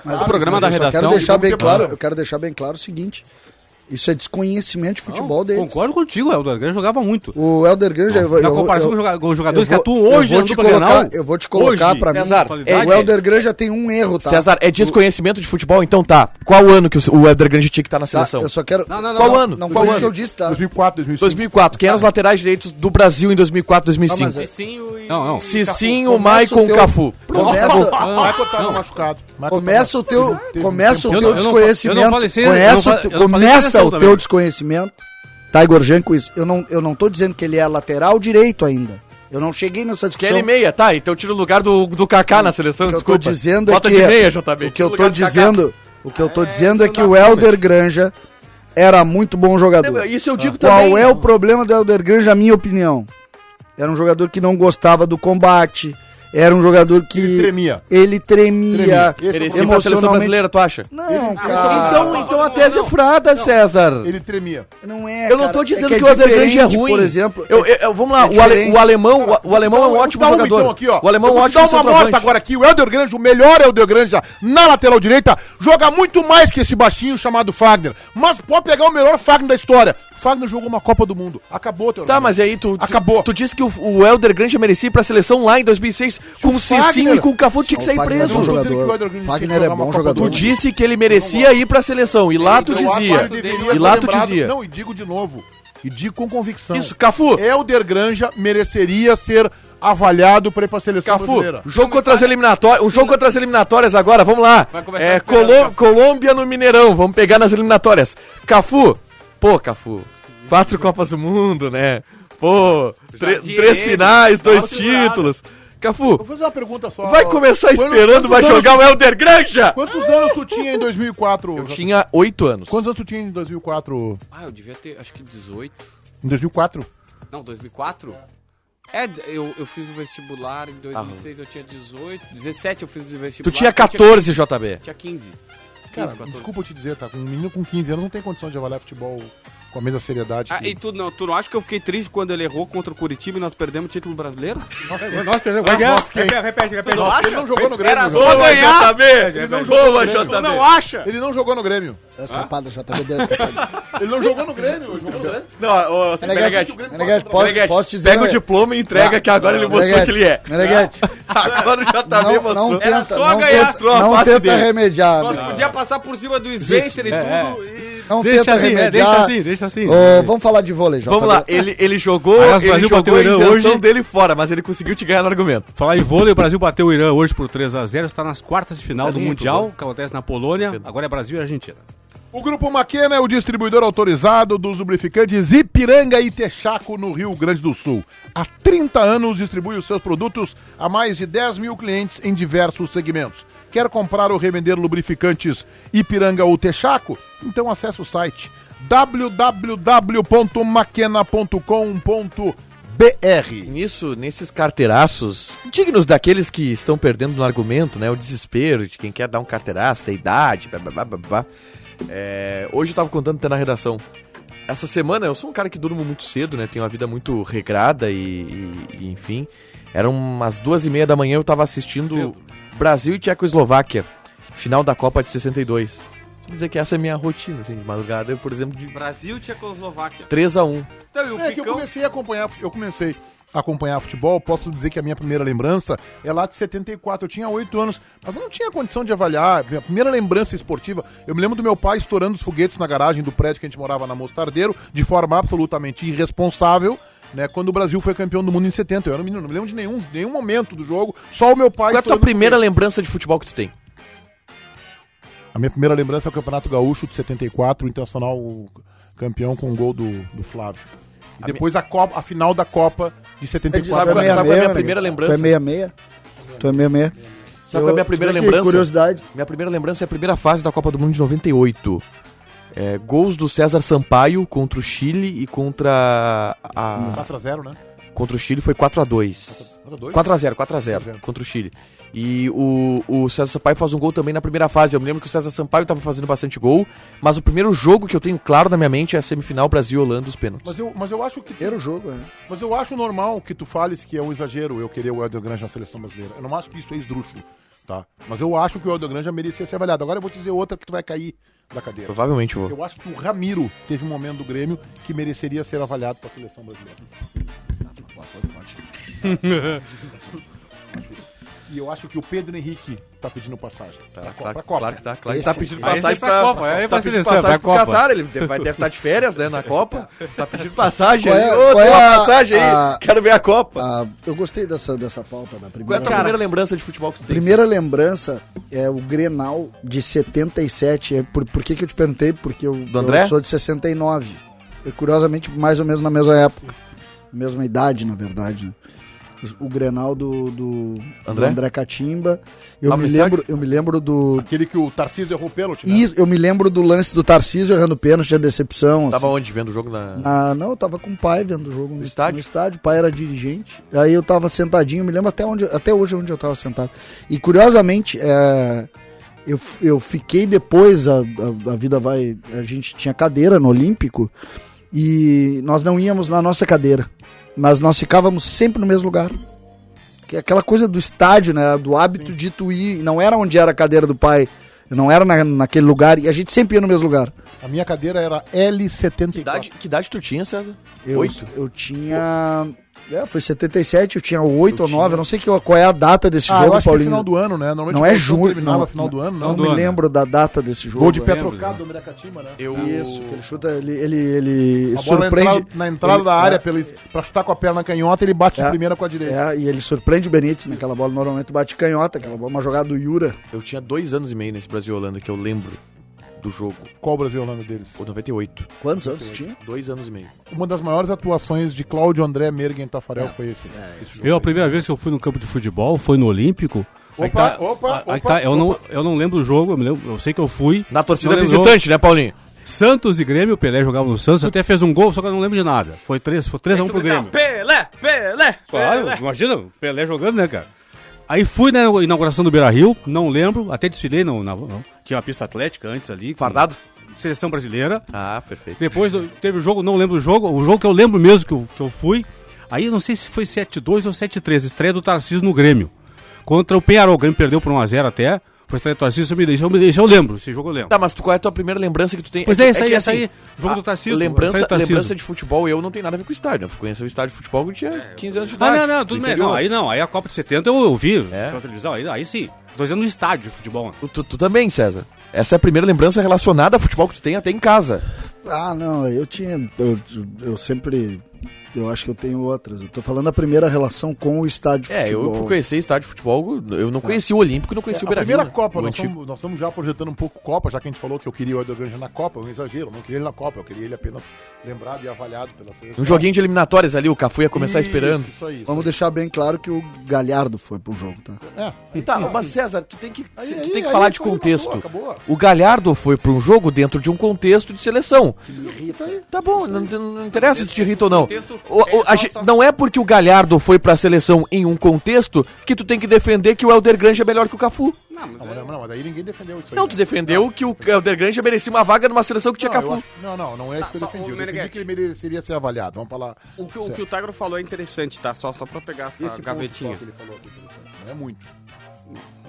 [SPEAKER 6] Mas,
[SPEAKER 3] O programa
[SPEAKER 6] mas
[SPEAKER 3] da
[SPEAKER 6] eu só
[SPEAKER 3] redação-
[SPEAKER 6] Quero deixar bem
[SPEAKER 2] Vamos quebrar.
[SPEAKER 6] claro, eu quero deixar bem claro o seguinte: isso é desconhecimento de futebol deles.
[SPEAKER 7] Concordo contigo, o Grande jogava muito.
[SPEAKER 6] O Helder Grande eu, vou-
[SPEAKER 7] Na
[SPEAKER 6] eu vou-
[SPEAKER 7] comparação
[SPEAKER 6] eu-
[SPEAKER 7] com os joga- com os jogadores
[SPEAKER 6] eu
[SPEAKER 7] que
[SPEAKER 6] vou-
[SPEAKER 7] atuam hoje
[SPEAKER 6] eu vou
[SPEAKER 7] no
[SPEAKER 6] te
[SPEAKER 7] Dupla Grenal,
[SPEAKER 6] colocar, eu vou te colocar
[SPEAKER 7] hoje,
[SPEAKER 6] pra mim.
[SPEAKER 4] César,
[SPEAKER 7] qualidade,
[SPEAKER 6] o Helder Granja tem um erro, tá?
[SPEAKER 4] César, é desconhecimento de futebol? Então tá. Qual ano que o- o Elder Grande tinha que estar na
[SPEAKER 6] Tá,
[SPEAKER 4] seleção?
[SPEAKER 6] eu só quero.
[SPEAKER 7] Não, não, não.
[SPEAKER 4] Qual
[SPEAKER 7] não.
[SPEAKER 4] ano?
[SPEAKER 6] Não
[SPEAKER 4] Qual
[SPEAKER 6] foi isso
[SPEAKER 4] ano?
[SPEAKER 6] que eu disse, tá?
[SPEAKER 2] 2004, 2005.
[SPEAKER 4] 2004. Quem eram os laterais direitos do Brasil em 2004,
[SPEAKER 6] Ah, mas
[SPEAKER 4] 2005?
[SPEAKER 6] é-
[SPEAKER 7] Não, não.
[SPEAKER 4] Cicinho,
[SPEAKER 6] Começa
[SPEAKER 4] Maicon,
[SPEAKER 6] o teu-
[SPEAKER 4] Cafu.
[SPEAKER 6] Começa,
[SPEAKER 2] Ah, Vai cortar no machucado. Vai
[SPEAKER 6] começa o teu, começa o
[SPEAKER 7] um Eu
[SPEAKER 6] teu
[SPEAKER 7] não- eu não fa- eu não
[SPEAKER 6] desconhecimento.
[SPEAKER 7] falei sem- eu não
[SPEAKER 6] começa
[SPEAKER 7] fa-
[SPEAKER 6] o teu-
[SPEAKER 7] eu não falei sem
[SPEAKER 6] começa
[SPEAKER 7] noção
[SPEAKER 6] o
[SPEAKER 7] também.
[SPEAKER 6] teu desconhecimento. Tá, Igor Jean, com isso. Eu não, eu não tô dizendo que ele é lateral direito ainda. Eu não cheguei nessa discussão.
[SPEAKER 4] Kelly meia, tá, então tira o lugar do, do Kaká na seleção,
[SPEAKER 6] O que eu tô
[SPEAKER 4] desculpa.
[SPEAKER 6] dizendo
[SPEAKER 4] Bota
[SPEAKER 6] é que
[SPEAKER 4] de meia, JB.
[SPEAKER 6] o que eu
[SPEAKER 4] Tira
[SPEAKER 6] tô
[SPEAKER 4] lugar do Kaká.
[SPEAKER 6] dizendo, o que eu tô dizendo é que o Helder Granja era muito bom jogador.
[SPEAKER 4] Não, Isso eu digo
[SPEAKER 6] Qual
[SPEAKER 4] também.
[SPEAKER 6] é o problema do Helder Granja, a minha opinião? Era um jogador que não gostava do combate, era um jogador que ele
[SPEAKER 2] tremia.
[SPEAKER 6] tremia,
[SPEAKER 2] Tremia.
[SPEAKER 4] Ele sempre a seleção
[SPEAKER 6] emocionalmente. Ah.
[SPEAKER 4] brasileira, tu acha?
[SPEAKER 6] Não, cara.
[SPEAKER 4] então, então a tese é furada, César.
[SPEAKER 2] Ele tremia.
[SPEAKER 6] não é,
[SPEAKER 4] Eu não
[SPEAKER 6] cara.
[SPEAKER 4] tô
[SPEAKER 6] É
[SPEAKER 4] dizendo
[SPEAKER 6] é
[SPEAKER 4] que, o Elder Grande é
[SPEAKER 6] diferente,
[SPEAKER 4] ruim.
[SPEAKER 6] Por exemplo,
[SPEAKER 4] Eu- eu- eu- vamos lá,
[SPEAKER 6] é
[SPEAKER 4] o, ale-
[SPEAKER 6] diferente.
[SPEAKER 4] o alemão, o, o alemão é um ótimo
[SPEAKER 2] Dá uma,
[SPEAKER 4] jogador.
[SPEAKER 2] então, aqui, ó.
[SPEAKER 4] O alemão é um
[SPEAKER 2] Eu vou te dar
[SPEAKER 4] ótimo
[SPEAKER 2] uma morta
[SPEAKER 4] centroavante.
[SPEAKER 2] agora aqui. O Helder Granja, o melhor Helder Granja na lateral direita, joga muito mais que esse baixinho chamado Fagner. Mas pode pegar o melhor Fagner da história. Fagner jogou uma Copa do Mundo. Acabou, teu
[SPEAKER 4] Tá,
[SPEAKER 2] irmão.
[SPEAKER 4] mas e aí tu, tu-
[SPEAKER 2] Acabou.
[SPEAKER 4] Tu disse que o, o Elder Grande merecia ir pra seleção lá em 2006 com o Cicinho
[SPEAKER 2] Fagner-
[SPEAKER 4] e com o Cafu tinha que
[SPEAKER 6] Só o
[SPEAKER 4] sair
[SPEAKER 6] Fagner é
[SPEAKER 4] preso.
[SPEAKER 6] bom
[SPEAKER 2] Eu tô dizendo
[SPEAKER 6] jogador.
[SPEAKER 2] que o Elder Grande tinha
[SPEAKER 6] Fagner
[SPEAKER 2] que jogar
[SPEAKER 6] é bom
[SPEAKER 2] uma Copa
[SPEAKER 6] jogador.
[SPEAKER 2] do
[SPEAKER 4] Tu
[SPEAKER 2] Mundo.
[SPEAKER 4] disse que ele merecia ir pra seleção e lá tu
[SPEAKER 2] então Eu acho que ele
[SPEAKER 4] dizia.
[SPEAKER 2] deveria
[SPEAKER 4] E
[SPEAKER 2] ser
[SPEAKER 4] lá tu
[SPEAKER 2] é lembrado-
[SPEAKER 4] dizia.
[SPEAKER 2] Não, e digo de novo. E digo com convicção.
[SPEAKER 4] Isso, Cafu.
[SPEAKER 2] Helder Granja mereceria ser avaliado para ir pra seleção
[SPEAKER 4] Cafu,
[SPEAKER 2] brasileira.
[SPEAKER 4] jogo contra as eliminatórias, um jogo contra as eliminatórias agora, vamos lá.
[SPEAKER 3] Vai começar
[SPEAKER 4] É,
[SPEAKER 3] esperando,
[SPEAKER 4] Colô-
[SPEAKER 3] Cafu.
[SPEAKER 4] Colômbia no Mineirão, vamos pegar nas eliminatórias. Cafu, pô, Cafu, quatro Copas do Mundo, né? Pô, tre-
[SPEAKER 3] Jardim,
[SPEAKER 4] três
[SPEAKER 3] ele,
[SPEAKER 4] finais, dois
[SPEAKER 3] uma segurada.
[SPEAKER 4] títulos. Cafu,
[SPEAKER 2] Vou fazer uma pergunta só.
[SPEAKER 4] vai começar
[SPEAKER 2] Quantos-
[SPEAKER 4] esperando, vai
[SPEAKER 2] quantos
[SPEAKER 4] jogar
[SPEAKER 2] anos-
[SPEAKER 4] o Helder Granja!
[SPEAKER 2] Quantos anos tu tinha em 2004?
[SPEAKER 4] Eu
[SPEAKER 2] Jota?
[SPEAKER 4] tinha oito anos.
[SPEAKER 2] Quantos anos tu tinha em 2004?
[SPEAKER 3] Ah, eu devia ter, acho que 18.
[SPEAKER 2] Em 2004?
[SPEAKER 3] Não, 2004? É, eu, eu fiz o vestibular
[SPEAKER 2] Ah,
[SPEAKER 3] em 2006, eu tinha 18, 17 eu fiz o
[SPEAKER 4] Tu
[SPEAKER 3] vestibular. Ah,
[SPEAKER 4] tinha
[SPEAKER 3] eu
[SPEAKER 4] 14, JB.
[SPEAKER 3] Tinha 15. 15,
[SPEAKER 2] Cara,
[SPEAKER 3] 14.
[SPEAKER 2] desculpa eu te dizer, tá? Um menino com 15 anos não tem condição de avaliar futebol com a mesma seriedade.
[SPEAKER 3] Ah,
[SPEAKER 2] que-
[SPEAKER 3] e tu não, tu não acha que eu fiquei triste quando ele errou contra o Curitiba e nós perdemos o título brasileiro?
[SPEAKER 7] Nós perdemos. Como é
[SPEAKER 2] nossa,
[SPEAKER 7] que é?
[SPEAKER 2] quem?
[SPEAKER 7] Repete, repete, repete.
[SPEAKER 2] ele não jogou no Grêmio.
[SPEAKER 3] Era
[SPEAKER 2] Jota.
[SPEAKER 3] só ganhar.
[SPEAKER 4] JB! Boa,
[SPEAKER 3] Tu não
[SPEAKER 4] JB!
[SPEAKER 3] acha?
[SPEAKER 2] Ele não jogou no Grêmio.
[SPEAKER 6] Deu escapada, já tá deu
[SPEAKER 4] Ah.
[SPEAKER 6] escapada.
[SPEAKER 2] Ele não jogou no Grêmio. ele jogou no Grêmio.
[SPEAKER 4] Não, ô,
[SPEAKER 6] Meneghetti,
[SPEAKER 4] Meneghetti,
[SPEAKER 6] Meneghetti, posso,
[SPEAKER 4] Meneghetti,
[SPEAKER 6] posso dizer...
[SPEAKER 4] Pega o diploma e entrega que agora ele mostrou que ele é.
[SPEAKER 6] Meneghetti,
[SPEAKER 4] Agora tá o JB
[SPEAKER 6] não,
[SPEAKER 4] mostrou.
[SPEAKER 6] não
[SPEAKER 3] Era
[SPEAKER 6] tenta,
[SPEAKER 3] só
[SPEAKER 6] não
[SPEAKER 3] ganhar
[SPEAKER 6] tenta,
[SPEAKER 3] troca,
[SPEAKER 6] não
[SPEAKER 4] passe
[SPEAKER 6] tenta
[SPEAKER 4] dele.
[SPEAKER 6] remediar.
[SPEAKER 3] Nós
[SPEAKER 6] Meneghetti.
[SPEAKER 3] podia passar por cima do Sventer e
[SPEAKER 2] É,
[SPEAKER 3] tudo. E...
[SPEAKER 6] Não
[SPEAKER 7] Deixa
[SPEAKER 6] tenta
[SPEAKER 7] assim, é, deixa
[SPEAKER 6] remediar.
[SPEAKER 7] assim, deixa assim.
[SPEAKER 6] Ô, Vamos falar de vôlei, JB.
[SPEAKER 4] Vamos lá, ele, ele jogou,
[SPEAKER 7] Aliás, o
[SPEAKER 4] ele
[SPEAKER 7] Brasil
[SPEAKER 4] jogou a
[SPEAKER 7] bateu o Irã
[SPEAKER 4] isenção
[SPEAKER 7] hoje.
[SPEAKER 4] dele fora, mas ele conseguiu te ganhar no argumento.
[SPEAKER 7] Falar em vôlei, o Brasil bateu o Irã hoje por 3x0, está nas quartas de final
[SPEAKER 4] Tá
[SPEAKER 7] do
[SPEAKER 4] limpo,
[SPEAKER 7] Mundial, que acontece na Polônia, agora é Brasil e Argentina.
[SPEAKER 2] O Grupo Maquena é o distribuidor autorizado dos lubrificantes Ipiranga e Texaco, no Rio Grande do Sul. Há 30 anos distribui os seus produtos a mais de 10 mil clientes em diversos segmentos. Quer comprar ou revender lubrificantes Ipiranga ou Texaco? Então acesse o site www.maquena.com.br.
[SPEAKER 4] Nisso, nesses carteiraços, dignos daqueles que estão perdendo no argumento, né? O desespero de quem quer dar um carteiraço, da idade, blá, blá, blá, blá, blá. É, hoje eu tava contando até na redação. Essa semana, eu sou um cara que durmo muito cedo, né? Tenho uma vida muito regrada e, e- e, enfim. Eram umas duas e meia da manhã, eu tava assistindo
[SPEAKER 7] Cedo.
[SPEAKER 4] Brasil e Tchecoslováquia, final da Copa de 62. dizer que essa é a minha rotina, assim, de madrugada, eu, por exemplo, de
[SPEAKER 3] Brasil, Tchecoslováquia.
[SPEAKER 4] 3x1.
[SPEAKER 3] Então, e o
[SPEAKER 2] É que eu
[SPEAKER 3] Picão...
[SPEAKER 2] comecei a acompanhar, fute- eu comecei a acompanhar futebol, posso dizer que a minha primeira lembrança é lá de 74, eu tinha 8 anos, mas eu não tinha condição de avaliar, minha primeira lembrança esportiva, eu me lembro do meu pai estourando os foguetes na garagem do prédio que a gente morava na Mostardeiro, de forma absolutamente irresponsável, né, quando o Brasil foi campeão do mundo em 70, eu era um menino, não me lembro de nenhum, nenhum momento do jogo, só o meu pai...
[SPEAKER 4] Qual é a tua
[SPEAKER 2] estourando
[SPEAKER 4] primeira lembrança de futebol que tu tem?
[SPEAKER 2] A minha primeira lembrança é o Campeonato Gaúcho de 74, o Internacional o campeão com o gol do, do Flávio. E depois a, Copa, a final da Copa de
[SPEAKER 6] É de-
[SPEAKER 2] 74.
[SPEAKER 4] qual é-
[SPEAKER 6] meia-meia,
[SPEAKER 4] sabe qual é a minha
[SPEAKER 6] né?
[SPEAKER 4] primeira
[SPEAKER 6] Tu
[SPEAKER 4] lembrança?
[SPEAKER 6] é meia-meia? Tu é meia-meia?
[SPEAKER 4] Sabe qual é a minha
[SPEAKER 6] Eu-
[SPEAKER 4] primeira
[SPEAKER 6] tu vê que
[SPEAKER 4] lembrança?
[SPEAKER 6] curiosidade.
[SPEAKER 4] Minha primeira lembrança é a primeira fase da Copa do Mundo de 98. É, gols do César Sampaio contra o Chile e contra a...
[SPEAKER 2] 4x0, né?
[SPEAKER 4] Contra o Chile foi 4x2.
[SPEAKER 2] 4x2?
[SPEAKER 4] 4x0, 4x0 contra o Chile. E o, o César Sampaio faz um gol também na primeira fase. Eu me lembro que o César Sampaio tava fazendo bastante gol, mas o primeiro jogo que eu tenho claro na minha mente é a semifinal Brasil-Holanda, os pênaltis.
[SPEAKER 2] Mas eu, mas eu acho que
[SPEAKER 6] Primeiro jogo, né?
[SPEAKER 2] mas eu acho normal que tu fales que é um exagero eu querer o Helder Granja na seleção brasileira. Eu não acho que isso é esdrúxulo, tá? Mas eu acho que o Helder Granja merecia ser avaliado. Agora eu vou te dizer outra que tu vai cair da cadeira.
[SPEAKER 4] Provavelmente eu vou.
[SPEAKER 2] Eu acho que o Ramiro teve um momento do Grêmio que mereceria ser avaliado para a seleção brasileira. E eu acho que o Pedro Henrique tá pedindo passagem. Tá, pra, Copa, pra Copa.
[SPEAKER 4] Claro que tá, claro que
[SPEAKER 6] Esse-
[SPEAKER 4] tá pedindo
[SPEAKER 7] Aí
[SPEAKER 4] passagem
[SPEAKER 7] você pra Copa, aí pra
[SPEAKER 4] tá pedindo
[SPEAKER 7] seleção,
[SPEAKER 4] passagem
[SPEAKER 7] pra
[SPEAKER 4] pro
[SPEAKER 7] Copa.
[SPEAKER 4] Catar, ele deve deve estar de férias, né, na Copa. Tá pedindo passagem
[SPEAKER 6] Qual
[SPEAKER 4] aí.
[SPEAKER 6] é-
[SPEAKER 4] Ô,
[SPEAKER 6] qual
[SPEAKER 4] tem
[SPEAKER 6] é
[SPEAKER 4] uma
[SPEAKER 6] a-
[SPEAKER 4] passagem aí,
[SPEAKER 6] a-
[SPEAKER 4] quero ver a Copa.
[SPEAKER 6] Ah, eu gostei dessa, dessa pauta da
[SPEAKER 4] Qual é
[SPEAKER 6] primeira.
[SPEAKER 4] a tua primeira lembrança de futebol que tu tem?
[SPEAKER 6] Primeira lembrança é o Grenal de 77. É Por, por que, que eu te perguntei? Porque eu,
[SPEAKER 4] Do André?
[SPEAKER 6] eu sou de 69. E, curiosamente, mais ou menos na mesma época. Mesma idade, na verdade. né? O Grenal do, do do
[SPEAKER 4] André? um
[SPEAKER 6] André Catimba. Eu
[SPEAKER 4] Lá
[SPEAKER 6] me,
[SPEAKER 4] no estádio?
[SPEAKER 6] lembro, eu me lembro do.
[SPEAKER 2] Aquele que o Tarcísio errou o pênalti, né?
[SPEAKER 6] Isso, eu me lembro do lance do Tarcísio errando pênalti, a decepção.
[SPEAKER 4] Tava
[SPEAKER 6] assim.
[SPEAKER 4] onde? Vendo o jogo na...
[SPEAKER 6] Ah, não, eu tava com o pai vendo o jogo no,
[SPEAKER 4] Né? estádio?
[SPEAKER 6] no estádio, o pai era dirigente. Aí eu tava sentadinho, me lembro até onde, até hoje onde eu tava sentado. E curiosamente, é, eu, eu fiquei depois, a, a, a vida vai. A gente tinha cadeira no Olímpico e nós não íamos na nossa cadeira. Mas nós ficávamos sempre no mesmo lugar. Que é aquela coisa do estádio, né? Do hábito de tu ir. Não era onde era a cadeira do pai. Não era na, naquele lugar. E a gente sempre ia no mesmo lugar.
[SPEAKER 2] A minha cadeira era
[SPEAKER 4] Que,
[SPEAKER 2] L74.
[SPEAKER 4] idade, que idade tu tinha, César?
[SPEAKER 6] Eu,
[SPEAKER 4] Oito?
[SPEAKER 6] eu tinha. É, foi 77, eu tinha 8 ou 9, eu não sei que- qual é a data desse
[SPEAKER 2] Ah, eu
[SPEAKER 6] jogo,
[SPEAKER 2] acho que é
[SPEAKER 6] Paulinho.
[SPEAKER 2] final do ano, né? Normalmente
[SPEAKER 6] Não
[SPEAKER 2] o
[SPEAKER 6] é
[SPEAKER 2] Paulistão
[SPEAKER 6] julho,
[SPEAKER 2] terminava
[SPEAKER 6] não.
[SPEAKER 2] final do ano,
[SPEAKER 6] não
[SPEAKER 2] não.
[SPEAKER 7] do
[SPEAKER 6] me
[SPEAKER 7] ano.
[SPEAKER 6] lembro da data desse jogo.
[SPEAKER 2] Gol de
[SPEAKER 6] é.
[SPEAKER 2] pé
[SPEAKER 7] lembro,
[SPEAKER 2] trocado
[SPEAKER 7] já.
[SPEAKER 2] do Miracatima, né?
[SPEAKER 4] Eu...
[SPEAKER 6] Isso, que ele chuta, ele, ele, ele
[SPEAKER 2] A bola
[SPEAKER 6] surpreende.
[SPEAKER 2] entra- na entrada
[SPEAKER 6] ele-
[SPEAKER 2] da área
[SPEAKER 6] é,
[SPEAKER 2] pela, pra chutar com a perna canhota, ele bate
[SPEAKER 6] É.
[SPEAKER 2] de primeira com a direita.
[SPEAKER 6] É, e ele surpreende o Benítez naquela bola, normalmente bate canhota, aquela bola, uma jogada do Yura.
[SPEAKER 4] Eu tinha dois anos e meio nesse Brasil-Holanda que eu lembro do jogo.
[SPEAKER 2] Qual o Brasil e Holanda deles?
[SPEAKER 4] O 98.
[SPEAKER 6] Quantos anos tinha?
[SPEAKER 4] Dois anos e meio.
[SPEAKER 2] Uma das maiores atuações de Cláudio André Mergen Tafarel
[SPEAKER 3] É.
[SPEAKER 2] foi esse. esse jogo.
[SPEAKER 7] Eu, a primeira vez que eu fui no campo de futebol foi no Olímpico. Aí que
[SPEAKER 2] Opa, opa,
[SPEAKER 7] aí que
[SPEAKER 2] opa,
[SPEAKER 7] tá, eu, Não, eu não lembro o jogo, eu, me lembro- eu sei que eu fui.
[SPEAKER 4] Na torcida
[SPEAKER 7] Não lembrou?
[SPEAKER 4] visitante, né, Paulinho?
[SPEAKER 7] Santos e Grêmio, o Pelé jogava no Santos, até fez um gol, só que eu não lembro de nada. Foi 3 foi 3 a 1 pro Grêmio.
[SPEAKER 3] Pelé, Pelé,
[SPEAKER 7] Claro,
[SPEAKER 4] É, né?
[SPEAKER 7] imagina, o Pelé jogando, né, cara? Aí fui né, na inauguração do Beira Rio, não lembro, até desfilei, não, na- não. tinha uma pista atlética antes ali. com
[SPEAKER 4] Fardado?
[SPEAKER 7] Seleção brasileira.
[SPEAKER 4] Ah, perfeito.
[SPEAKER 7] Depois do- teve o jogo, não lembro o jogo. O jogo que eu lembro mesmo que eu, que eu fui. Aí eu não sei se foi 7-2 ou 7-3, estreia do Tarcísio no Grêmio. Contra o Penharol, o Grêmio perdeu por 1x0 até. Foi estreia do Tarcísio, isso eu me deixo, eu, me deixo, eu lembro, esse jogo eu lembro.
[SPEAKER 4] Tá, mas tu, qual é a tua primeira lembrança que tu tem?
[SPEAKER 7] Pois é, essa aí,
[SPEAKER 4] que, assim,
[SPEAKER 7] essa aí. Jogo
[SPEAKER 4] a
[SPEAKER 7] do Tarcísio,
[SPEAKER 4] Ah, Lembrança,
[SPEAKER 7] essa aí do Tarcísio.
[SPEAKER 4] lembrança de futebol eu não tenho nada a ver com o estádio. né? Eu conheci o estádio de futebol quando eu tinha 15 anos de
[SPEAKER 7] Ah,
[SPEAKER 4] idade.
[SPEAKER 7] não, não, tudo
[SPEAKER 4] do
[SPEAKER 7] bem.
[SPEAKER 4] interior.
[SPEAKER 7] Não, aí não, aí a Copa de 70 eu, eu vi
[SPEAKER 4] É?
[SPEAKER 7] pela televisão, aí, aí sim. Dois anos no estádio de futebol.
[SPEAKER 4] Tu, tu- tu também, César. Essa é a primeira lembrança relacionada a futebol que tu tem até em casa.
[SPEAKER 6] Ah, não, eu tinha. Eu, eu sempre. Eu acho que eu tenho outras. Eu tô falando a primeira relação com o estádio de
[SPEAKER 4] É, eu
[SPEAKER 6] futebol.
[SPEAKER 4] fui conhecer estádio de futebol, eu não conhecia o Olímpico e não
[SPEAKER 2] É,
[SPEAKER 4] conhecia o
[SPEAKER 2] a
[SPEAKER 4] Beira
[SPEAKER 2] primeira Copa,
[SPEAKER 4] né? o
[SPEAKER 2] nós
[SPEAKER 4] antigo.
[SPEAKER 2] estamos, nós estamos já projetando um pouco Copa, já que a gente falou que eu queria o Helder Granja na Copa, é um exagero, eu não queria ele na Copa, eu queria ele apenas lembrado e avaliado pela seleção.
[SPEAKER 4] Um joguinho de eliminatórias ali, o Cafu ia começar
[SPEAKER 2] Isso,
[SPEAKER 4] esperando.
[SPEAKER 2] Isso aí.
[SPEAKER 6] Vamos deixar bem claro que o Galhardo foi pro jogo, tá?
[SPEAKER 2] É.
[SPEAKER 4] Tá, mas César, tu tem que,
[SPEAKER 2] Aí,
[SPEAKER 4] tu
[SPEAKER 2] aí,
[SPEAKER 4] tem que
[SPEAKER 2] aí,
[SPEAKER 4] falar
[SPEAKER 2] aí,
[SPEAKER 4] de
[SPEAKER 2] acabou,
[SPEAKER 4] contexto.
[SPEAKER 3] Ah,
[SPEAKER 2] acabou.
[SPEAKER 4] O Galhardo foi para um jogo dentro de um contexto de seleção. Tá bom, não, não interessa se te irrita ou não. O- o- a gente- Não é porque o Galhardo foi pra seleção em um contexto que tu tem que defender que o Helder Granja é melhor que o Cafu.
[SPEAKER 2] Não,
[SPEAKER 3] é-
[SPEAKER 2] mas, não, mas aí ninguém defendeu isso aí. né?
[SPEAKER 4] Não, tu defendeu que o Helder Granja merecia uma vaga numa seleção que tinha
[SPEAKER 2] não, eu
[SPEAKER 4] Cafu.
[SPEAKER 2] acho- não, não, não é isso que eu
[SPEAKER 3] Ah, só
[SPEAKER 2] defendi.
[SPEAKER 3] o
[SPEAKER 2] Eu defendi
[SPEAKER 3] Meneghetti.
[SPEAKER 2] que ele mereceria ser avaliado. Vamos falar.
[SPEAKER 3] O que o, que o Tagro falou é interessante, tá? Só, só pra pegar essa
[SPEAKER 2] Esse ponto só
[SPEAKER 3] gavetinha.
[SPEAKER 2] que ele falou aqui, interessante. Não é muito.